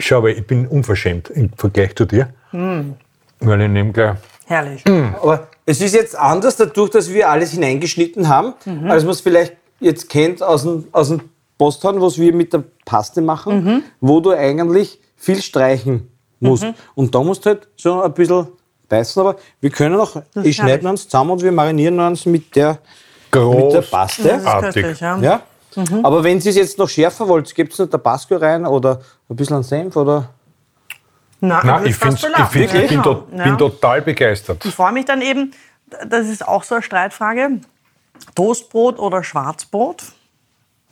Speaker 1: Schau, aber ich bin unverschämt im Vergleich zu dir.
Speaker 3: Hm.
Speaker 1: Weil ich nehme gleich.
Speaker 3: Herrlich.
Speaker 2: Aber es ist jetzt anders dadurch, dass wir alles hineingeschnitten haben, als man es vielleicht jetzt kennt aus dem, aus dem Posthorn, was wir mit der Paste machen, wo du eigentlich viel streichen musst. Und da musst du halt so ein bisschen beißen, aber wir können auch, ich
Speaker 3: kann
Speaker 2: schneide uns zusammen und wir marinieren uns mit der, mit der
Speaker 1: Groß.
Speaker 2: Paste.
Speaker 3: Das ist
Speaker 1: Artig.
Speaker 3: köstlich, ja.
Speaker 2: Ja? Aber wenn Sie es jetzt noch schärfer wollt, gibt es noch Tabasco rein oder ein bisschen Senf oder...
Speaker 1: Nein, ich, find's,
Speaker 3: find's-
Speaker 1: ich, find, ich bin, tot,
Speaker 3: Ja.
Speaker 1: bin total begeistert.
Speaker 3: Ich freue mich dann eben, das ist auch so eine Streitfrage, Toastbrot oder Schwarzbrot?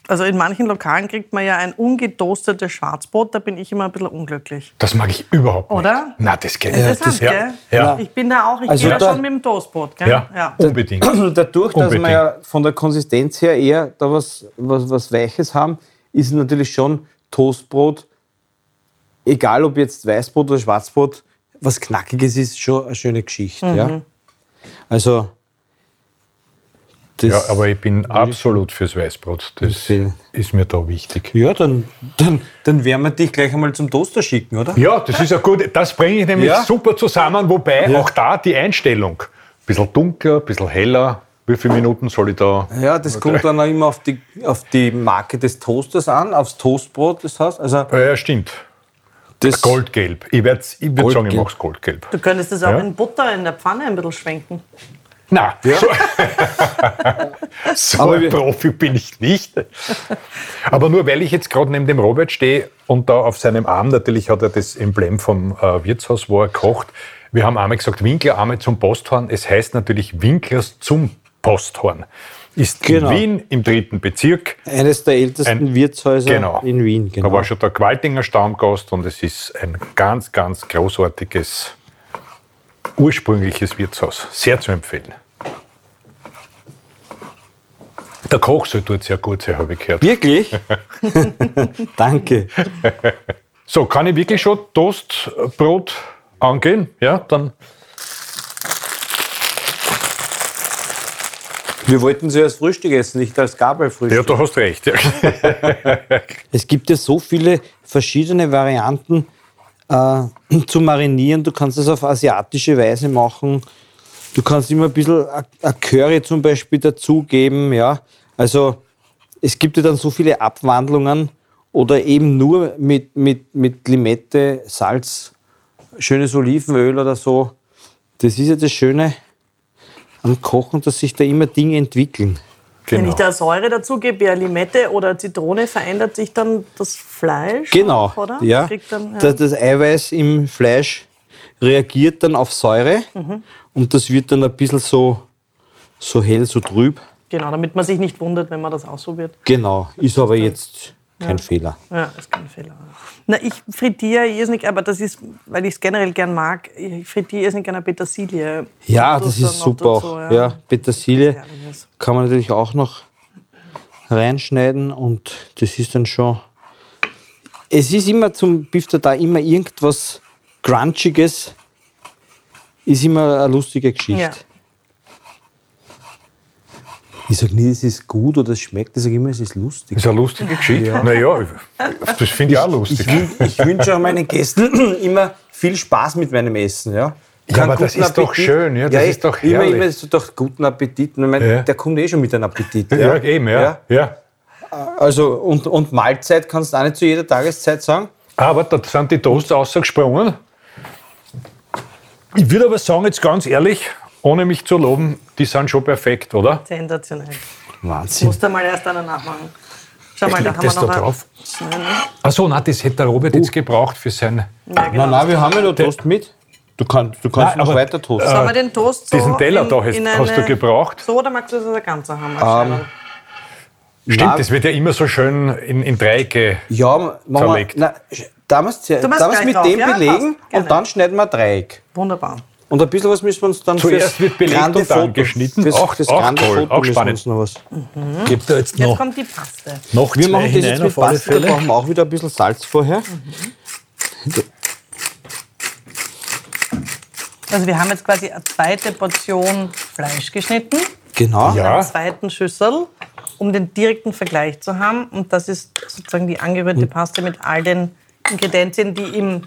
Speaker 3: Also in manchen Lokalen kriegt man ja ein ungetoastetes Schwarzbrot, da bin ich immer ein bisschen unglücklich.
Speaker 1: Das mag ich überhaupt nicht.
Speaker 3: Oder?
Speaker 1: Na, das geht
Speaker 3: Interessant,
Speaker 1: ja,
Speaker 3: gell?
Speaker 1: Ja.
Speaker 3: Ich bin da auch, ich
Speaker 2: Also da-
Speaker 3: gehe da schon mit dem Toastbrot, gell?
Speaker 1: Ja, unbedingt.
Speaker 2: Dadurch, dass
Speaker 1: Unbedingt.
Speaker 2: wir ja von der Konsistenz her eher da was, was, was Weiches haben, ist natürlich schon Toastbrot, egal ob jetzt Weißbrot oder Schwarzbrot, was Knackiges ist, schon eine schöne Geschichte. Ja? Also, das
Speaker 1: Ja, aber ich bin absolut fürs Weißbrot. Das
Speaker 2: Empfehlen.
Speaker 1: ist mir da wichtig.
Speaker 2: ja dann, dann, dann werden wir dich gleich einmal zum Toaster schicken, oder?
Speaker 1: Ja, das ist ja gut. Das bringe ich nämlich
Speaker 2: Ja.
Speaker 1: super zusammen, wobei auch da die Einstellung. Bisschen dunkler, bisschen heller. Wie viele Minuten soll ich da?
Speaker 2: Ja, das kommt dann auch immer auf die, auf die Marke des Toasters an, aufs Toastbrot, das heißt. Also
Speaker 1: Ja, ja, stimmt.
Speaker 2: das
Speaker 1: Goldgelb. Ich würde ich würd sagen, ich
Speaker 2: Goldgelb.
Speaker 1: mache es goldgelb.
Speaker 3: Du könntest das auch
Speaker 1: Ja.
Speaker 3: in Butter in der Pfanne ein bisschen schwenken.
Speaker 1: Na, so, so
Speaker 2: Aber
Speaker 1: ein
Speaker 2: wir-
Speaker 1: Profi bin ich nicht. Aber nur weil ich jetzt gerade neben dem Robert stehe und da auf seinem Arm, natürlich hat er das Emblem vom äh, Wirtshaus, wo er kocht. Wir haben einmal gesagt, Winklerarme zum Posthorn. Es heißt natürlich Winklers zum Posthorn. Ist
Speaker 2: Genau.
Speaker 1: in Wien im dritten Bezirk.
Speaker 2: Eines der ältesten
Speaker 1: Ein-
Speaker 2: Wirtshäuser
Speaker 1: Genau.
Speaker 2: in Wien.
Speaker 1: Da war schon der Qualtinger Stammgast und es ist ein ganz, ganz großartiges, ursprüngliches Wirtshaus. Sehr zu empfehlen. Der Koch soll dort sehr gut sein, habe ich gehört.
Speaker 2: Wirklich? Danke.
Speaker 1: So, kann ich wirklich schon Toastbrot angehen? Ja, dann.
Speaker 2: Wir wollten sie als Frühstück essen, nicht als
Speaker 1: Ja,
Speaker 2: Gabelfrühstück.
Speaker 1: du hast recht. Ja.
Speaker 2: Es gibt ja so viele verschiedene Varianten äh, zu marinieren. Du kannst es auf asiatische Weise machen. Du kannst immer ein bisschen a- a Curry zum Beispiel dazugeben. Ja? Also es gibt ja dann so viele Abwandlungen oder eben nur mit, mit, mit Limette, Salz, schönes Olivenöl oder so. Das ist ja das Schöne am Kochen, dass sich da immer Dinge entwickeln.
Speaker 3: Wenn
Speaker 1: Genau.
Speaker 3: ich da Säure dazu gebe, ja Limette oder Zitrone, verändert sich dann das Fleisch.
Speaker 2: Genau.
Speaker 3: auch, Oder?
Speaker 2: Ja.
Speaker 3: Kriegt Dann, ja.
Speaker 2: Das, das Eiweiß im Fleisch reagiert dann auf Säure
Speaker 3: Mhm.
Speaker 2: und das wird dann ein bisschen so, so hell, so trüb.
Speaker 3: Genau, damit man sich nicht wundert, wenn man das ausprobiert.
Speaker 2: Genau, ist aber jetzt kein Fehler.
Speaker 3: Ja, ist kein Fehler. Na, ich frittiere irrsinnig, aber das ist, weil ich es generell gern mag, ich frittiere irrsinnig gerne Petersilie.
Speaker 2: Ja,
Speaker 3: Und
Speaker 2: das
Speaker 3: dann
Speaker 2: ist
Speaker 3: noch
Speaker 2: super
Speaker 3: dazu,
Speaker 2: auch. Ja. Petersilie
Speaker 3: Herrliches.
Speaker 2: kann man natürlich auch noch reinschneiden und das ist dann schon. Es ist immer zum Beef da immer irgendwas Crunchiges. Ist immer eine lustige Geschichte.
Speaker 3: Ja.
Speaker 2: Ich sage nie, es ist gut oder es schmeckt, ich sage immer, es ist lustig.
Speaker 1: Ist eine lustige Geschichte. Ja. Naja, das finde ich auch
Speaker 2: Ich,
Speaker 1: lustig.
Speaker 2: wün- ich wünsche auch meinen Gästen immer viel Spaß mit meinem Essen. Ja,
Speaker 1: Ja,
Speaker 2: Keinen
Speaker 1: aber das
Speaker 2: guten
Speaker 1: ist doch schön, ja, das
Speaker 2: ich-
Speaker 1: ist doch
Speaker 2: immer,
Speaker 1: herrlich.
Speaker 2: immer so doch guten Appetit. Ich meine,
Speaker 1: Ja.
Speaker 2: Der kommt eh schon mit einem Appetit.
Speaker 1: ja, eben, ja. ja.
Speaker 2: Also, und, und Mahlzeit kannst du auch nicht zu jeder Tageszeit sagen.
Speaker 1: Aber da sind die Toasts rausgesprungen. Ich würde aber sagen, jetzt ganz ehrlich, ohne mich zu loben, die sind schon perfekt, oder?
Speaker 3: Sensationell.
Speaker 2: Wahnsinn.
Speaker 3: Musst du mal erst einen nachmachen. Schau mal,
Speaker 1: Ich
Speaker 3: da
Speaker 1: leg
Speaker 3: haben wir
Speaker 1: das
Speaker 3: noch
Speaker 1: da
Speaker 3: eine-
Speaker 1: drauf.
Speaker 3: Nein, ne? nein.
Speaker 1: Achso, nein, das hätte der Robert jetzt gebraucht für sein.
Speaker 3: Ja, genau.
Speaker 2: Nein, nein, wir haben ja noch Toast mit. Du, kann, du kannst
Speaker 1: Nein,
Speaker 2: noch
Speaker 1: aber-
Speaker 2: weiter Toast.
Speaker 3: Sollen wir den Toast so
Speaker 1: Diesen Teller da hast- hast du gebraucht? Ähm,
Speaker 3: So, oder magst du das Ganze haben? als Scheibe?
Speaker 1: Stimmt,
Speaker 2: Nein.
Speaker 1: das wird ja immer so schön in, in Dreiecke.
Speaker 2: ja, machen wir.
Speaker 1: Zerlegt.
Speaker 2: Nein, sch- damals,
Speaker 3: Du machst
Speaker 2: damals
Speaker 3: gleich
Speaker 2: mit
Speaker 3: drauf,
Speaker 2: dem
Speaker 3: ja?
Speaker 2: belegen
Speaker 3: Passt, gerne.
Speaker 2: und dann schneiden wir ein Dreieck.
Speaker 3: Wunderbar.
Speaker 2: Und ein bisschen was müssen wir uns dann
Speaker 1: Zuerst wird belegt
Speaker 2: grande
Speaker 1: und dann
Speaker 2: Foto-
Speaker 1: geschnitten.
Speaker 2: Fürs,
Speaker 1: Auch-
Speaker 2: fürs
Speaker 1: auch
Speaker 2: grande
Speaker 1: toll,
Speaker 2: Foto
Speaker 1: auch
Speaker 2: müssen wir
Speaker 1: spannend.
Speaker 2: uns noch was.
Speaker 5: Gibt da jetzt
Speaker 3: Jetzt
Speaker 5: noch,
Speaker 3: kommt die Paste.
Speaker 5: noch
Speaker 2: Wir
Speaker 5: zwei
Speaker 2: machen das
Speaker 5: hinein
Speaker 2: jetzt
Speaker 5: auf
Speaker 2: mit
Speaker 5: alle
Speaker 2: Pasta, da
Speaker 5: Fälle?
Speaker 2: brauchen wir auch wieder ein bisschen Salz vorher.
Speaker 3: Also wir haben jetzt quasi eine zweite Portion Fleisch geschnitten.
Speaker 2: Genau.
Speaker 1: Ja.
Speaker 3: In einer zweiten Schüssel, um den direkten Vergleich zu haben. Und das ist sozusagen die
Speaker 2: Hm.
Speaker 3: angerührte Paste mit all den Ingredienzien, die im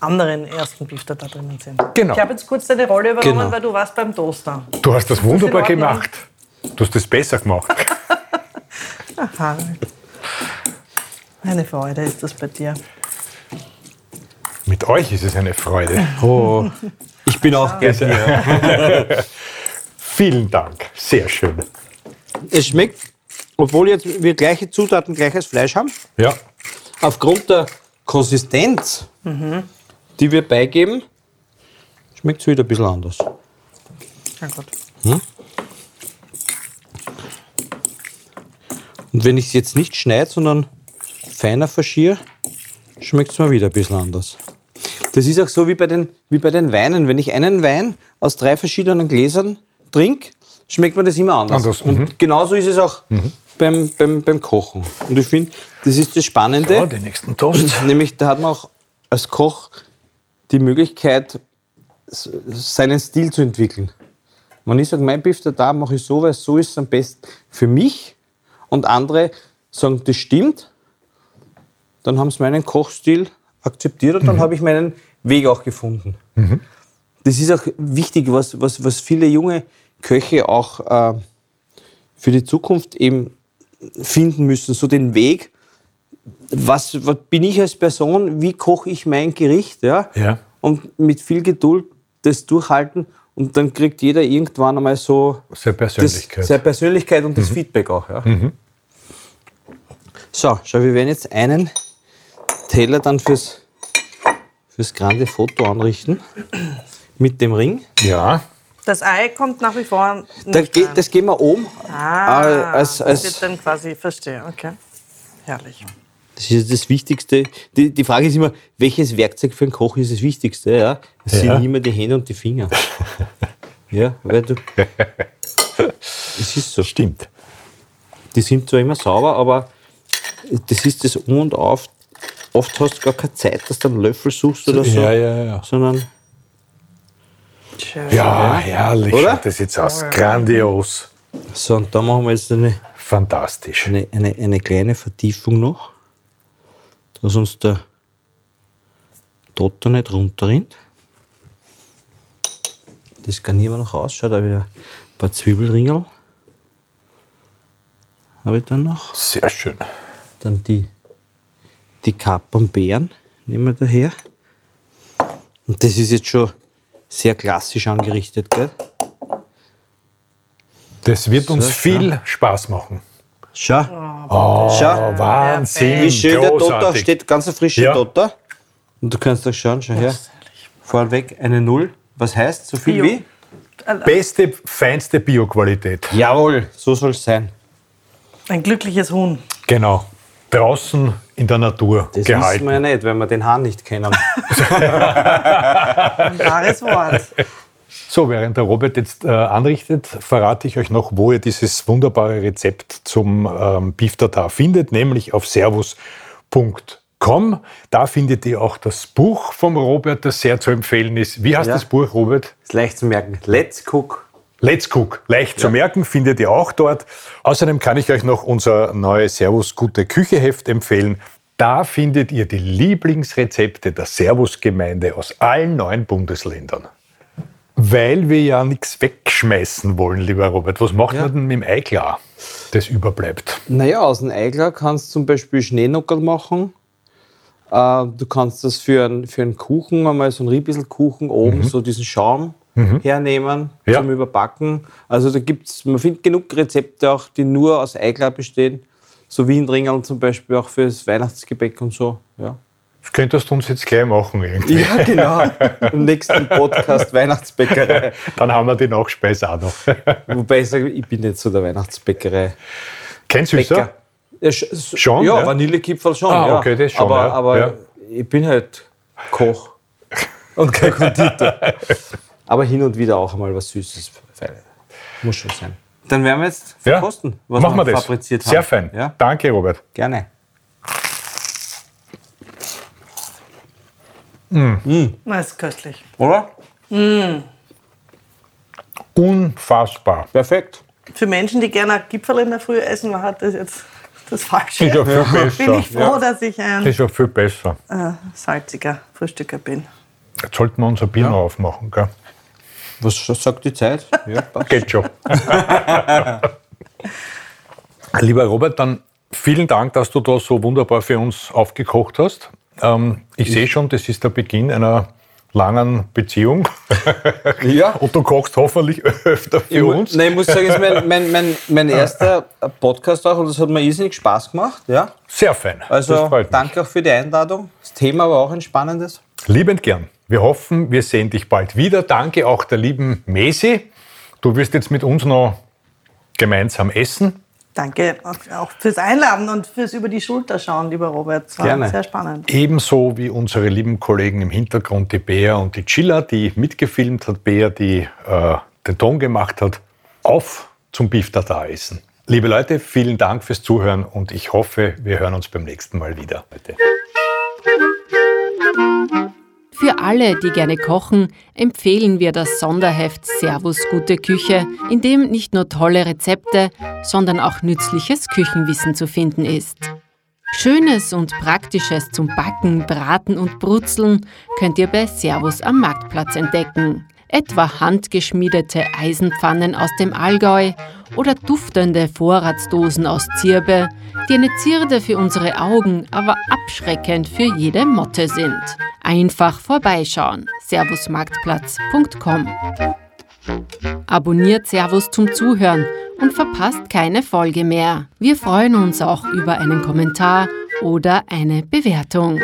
Speaker 3: anderen ersten Bifter da drinnen sind.
Speaker 1: Genau.
Speaker 3: Ich habe jetzt kurz deine Rolle übernommen,
Speaker 2: Genau.
Speaker 3: weil du warst beim Toaster.
Speaker 1: Du hast das wunderbar
Speaker 3: in Ordnung?
Speaker 1: gemacht. Du hast das besser gemacht.
Speaker 3: Harald. Eine Freude ist das bei dir.
Speaker 1: Mit euch ist es eine Freude.
Speaker 2: Oh, ich bin auch gern hier.
Speaker 1: Vielen Dank. Sehr schön.
Speaker 2: Es schmeckt, obwohl jetzt wir gleiche Zutaten, gleiches Fleisch haben,
Speaker 1: Ja.
Speaker 2: aufgrund der Konsistenz,
Speaker 5: Mhm.
Speaker 2: die wir beigeben, schmeckt es wieder ein bisschen anders.
Speaker 3: Na gut.
Speaker 2: Und Und wenn ich es jetzt nicht schneide, sondern feiner verschiere, schmeckt es mir wieder ein bisschen anders. Das ist auch so wie bei, den, wie bei den Weinen. Wenn ich einen Wein aus drei verschiedenen Gläsern trinke, schmeckt mir das immer anders.
Speaker 1: Anders,
Speaker 2: Und
Speaker 1: mhm.
Speaker 2: genauso ist es auch beim, beim, beim Kochen. Und ich finde, das ist das Spannende.
Speaker 1: Ja, den nächsten Toast.
Speaker 2: Nämlich, da hat man auch als Koch die Möglichkeit, s- seinen Stil zu entwickeln. Wenn ich sage, mein Beef der da mache ich so, weil so ist es am besten für mich und andere sagen, das stimmt, dann haben sie meinen Kochstil akzeptiert und dann habe ich meinen Weg auch gefunden. Das ist auch wichtig, was, was, was viele junge Köche auch äh, für die Zukunft eben finden müssen, so den Weg, was, was bin ich als Person, wie koche ich mein Gericht, ja?
Speaker 1: Ja.
Speaker 2: Und mit viel Geduld das durchhalten und dann kriegt jeder irgendwann einmal so
Speaker 1: Seine
Speaker 2: das,
Speaker 1: Persönlichkeit. Mhm.
Speaker 2: seine Persönlichkeit und das Feedback auch, ja. So, schau, wir werden jetzt einen Teller dann fürs, fürs grande Foto anrichten mit dem Ring.
Speaker 1: ja.
Speaker 3: Das Ei kommt nach wie vor nicht
Speaker 2: Da geht,
Speaker 3: rein.
Speaker 2: das gehen wir oben. Äh,
Speaker 3: ah,
Speaker 2: als,
Speaker 3: das
Speaker 2: als,
Speaker 3: wird dann quasi, verstehe, okay. Herrlich.
Speaker 2: Das ist das Wichtigste. Die, die Frage ist immer, welches Werkzeug für einen Koch ist das Wichtigste? Ja? Das
Speaker 1: Ja.
Speaker 2: sind immer die Hände und die Finger. ja, weil du. Es ist so.
Speaker 1: Stimmt.
Speaker 2: Die sind zwar immer sauber, aber das ist das Um und Auf. Oft hast du gar keine Zeit, dass du einen Löffel suchst oder so,
Speaker 1: Ja, ja, ja.
Speaker 2: sondern
Speaker 3: Schön.
Speaker 1: Ja, herrlich.
Speaker 2: Oder?
Speaker 1: Schaut das jetzt aus. Grandios.
Speaker 2: so. Und da machen wir jetzt eine,
Speaker 1: Fantastisch.
Speaker 2: eine, eine, eine kleine Vertiefung noch, dass uns der Dotter nicht runterrinnt. Das garnieren wir noch aus. Schaut da wieder ein paar Zwiebelringel. Habe ich dann noch.
Speaker 1: Sehr schön.
Speaker 2: Dann die, die Kapernbeeren nehmen wir daher. Und das ist jetzt schon sehr klassisch angerichtet, gell?
Speaker 1: Das wird uns
Speaker 2: Sehr
Speaker 1: viel Spaß machen.
Speaker 2: Schau,
Speaker 1: Oh,
Speaker 2: Schau.
Speaker 1: Wahnsinn.
Speaker 2: wie schön der Dotter
Speaker 1: großartig.
Speaker 2: steht, ganz ein frischer
Speaker 1: Ja.
Speaker 2: Dotter. Und du kannst doch schauen, schau her. Vorweg eine Null. Was heißt so viel
Speaker 3: Bio.
Speaker 2: wie?
Speaker 1: Beste, feinste Bioqualität.
Speaker 2: Jawohl, so soll es sein.
Speaker 3: Ein glückliches Huhn.
Speaker 1: Genau. Draußen in der Natur
Speaker 2: Das wissen
Speaker 1: gehalten.
Speaker 2: wir ja nicht, weil wir den Hahn nicht kennen.
Speaker 3: Ein wahres Wort.
Speaker 1: So, während der Robert jetzt äh, anrichtet, verrate ich euch noch, wo ihr dieses wunderbare Rezept zum ähm, Beef Tartar findet, nämlich auf servus.com. Da findet ihr auch das Buch vom Robert, das sehr zu empfehlen ist. Wie heißt
Speaker 2: Ja.
Speaker 1: das Buch, Robert?
Speaker 2: ist leicht zu merken. Let's cook.
Speaker 1: Let's Cook, leicht zu merken, findet ihr auch dort. Außerdem kann ich euch noch unser neues Servus Gute Küche Heft empfehlen. Da findet ihr die Lieblingsrezepte der Servus-Gemeinde aus allen neuen Bundesländern. Weil wir ja nichts wegschmeißen wollen, lieber Robert, was macht man denn mit dem Ei klar, das überbleibt?
Speaker 2: Naja, aus dem Eigler kannst du zum Beispiel Schneenuckerl machen. Äh, du kannst das für einen, für einen Kuchen, einmal so einen Riebisselkuchen oben, so diesen Schaum hernehmen
Speaker 1: Ja.
Speaker 2: zum Überbacken. Also da gibt's, man findet genug Rezepte auch, die nur aus Eigler bestehen. So Wienringeln zum Beispiel auch fürs Weihnachtsgebäck und so. Ja,
Speaker 1: Das könntest du uns jetzt gleich machen irgendwie.
Speaker 2: ja genau. Im nächsten Podcast Weihnachtsbäckerei.
Speaker 1: Dann haben wir die Nachspeise auch noch.
Speaker 2: Wobei ich sage, ich bin nicht so der Weihnachtsbäckerei.
Speaker 1: Kein Süßer?
Speaker 2: Bäcker. Ja, sch- s-
Speaker 1: Schon,
Speaker 2: Ja,
Speaker 1: ja?
Speaker 2: Vanillekipferl schon.
Speaker 1: Ah,
Speaker 2: ja.
Speaker 1: okay, das schon,
Speaker 2: Aber,
Speaker 1: ja.
Speaker 2: aber
Speaker 1: Ja.
Speaker 2: ich bin halt Koch und kein Konditor. aber hin und wieder auch einmal was Süßes. weil Muss schon sein. Dann werden wir jetzt
Speaker 1: Ja,
Speaker 2: verkosten, was
Speaker 1: machen wir
Speaker 2: wir
Speaker 1: das.
Speaker 2: fabriziert haben.
Speaker 1: Sehr fein.
Speaker 2: Ja,
Speaker 1: Danke, Robert.
Speaker 2: gerne.
Speaker 3: Na, ist köstlich.
Speaker 2: Oder?
Speaker 1: Unfassbar.
Speaker 2: Perfekt.
Speaker 3: Für Menschen, die gerne Gipfel in der Früh essen, war das jetzt das Falsche.
Speaker 1: Ist ja viel
Speaker 3: Bin
Speaker 1: besser.
Speaker 3: ich froh, dass ich ein
Speaker 1: Ist ja viel besser.
Speaker 3: äh, salziger Frühstücker bin.
Speaker 1: Jetzt sollten wir unser Bier noch aufmachen, gell?
Speaker 2: Was sagt die Zeit? Ja, passt.
Speaker 1: Geht schon. Lieber Robert, dann vielen Dank, dass du da so wunderbar für uns aufgekocht hast. Ähm, ich sehe schon, das ist der Beginn einer langen Beziehung.
Speaker 2: ja.
Speaker 1: Und du kochst hoffentlich öfter für
Speaker 2: Ich mu-
Speaker 1: uns.
Speaker 2: Nein, ich muss sagen, es ist mein, mein, mein, mein erster Podcast auch und das hat mir irrsinnig Spaß gemacht. Ja.
Speaker 1: Sehr fein. das
Speaker 2: Also
Speaker 1: freut mich.
Speaker 2: danke auch für die Einladung. Das Thema war auch ein spannendes.
Speaker 1: Liebend gern. Wir hoffen, wir sehen dich bald wieder. Danke auch der lieben Mesi. Du wirst jetzt mit uns noch gemeinsam essen.
Speaker 3: Danke auch fürs Einladen und fürs über die Schulter schauen, lieber Robert. Das war
Speaker 2: Gerne.
Speaker 3: sehr spannend.
Speaker 1: Ebenso wie unsere lieben Kollegen im Hintergrund, die Bea und die Chilla, die mitgefilmt hat, Bea, die äh, den Ton gemacht hat, auf zum Beef Tata essen. Liebe Leute, vielen Dank fürs Zuhören und ich hoffe, wir hören uns beim nächsten Mal wieder. Leute.
Speaker 4: Für alle, die gerne kochen, empfehlen wir das Sonderheft Servus Gute Küche, in dem nicht nur tolle Rezepte, sondern auch nützliches Küchenwissen zu finden ist. Schönes und Praktisches zum Backen, Braten und Brutzeln könnt ihr bei Servus am Marktplatz entdecken. Etwa handgeschmiedete Eisenpfannen aus dem Allgäu oder duftende Vorratsdosen aus Zirbe, die eine Zierde für unsere Augen, aber abschreckend für jede Motte sind. Einfach vorbeischauen. Servusmarktplatz.com Abonniert Servus zum Zuhören und verpasst keine Folge mehr. Wir freuen uns auch über einen Kommentar oder eine Bewertung.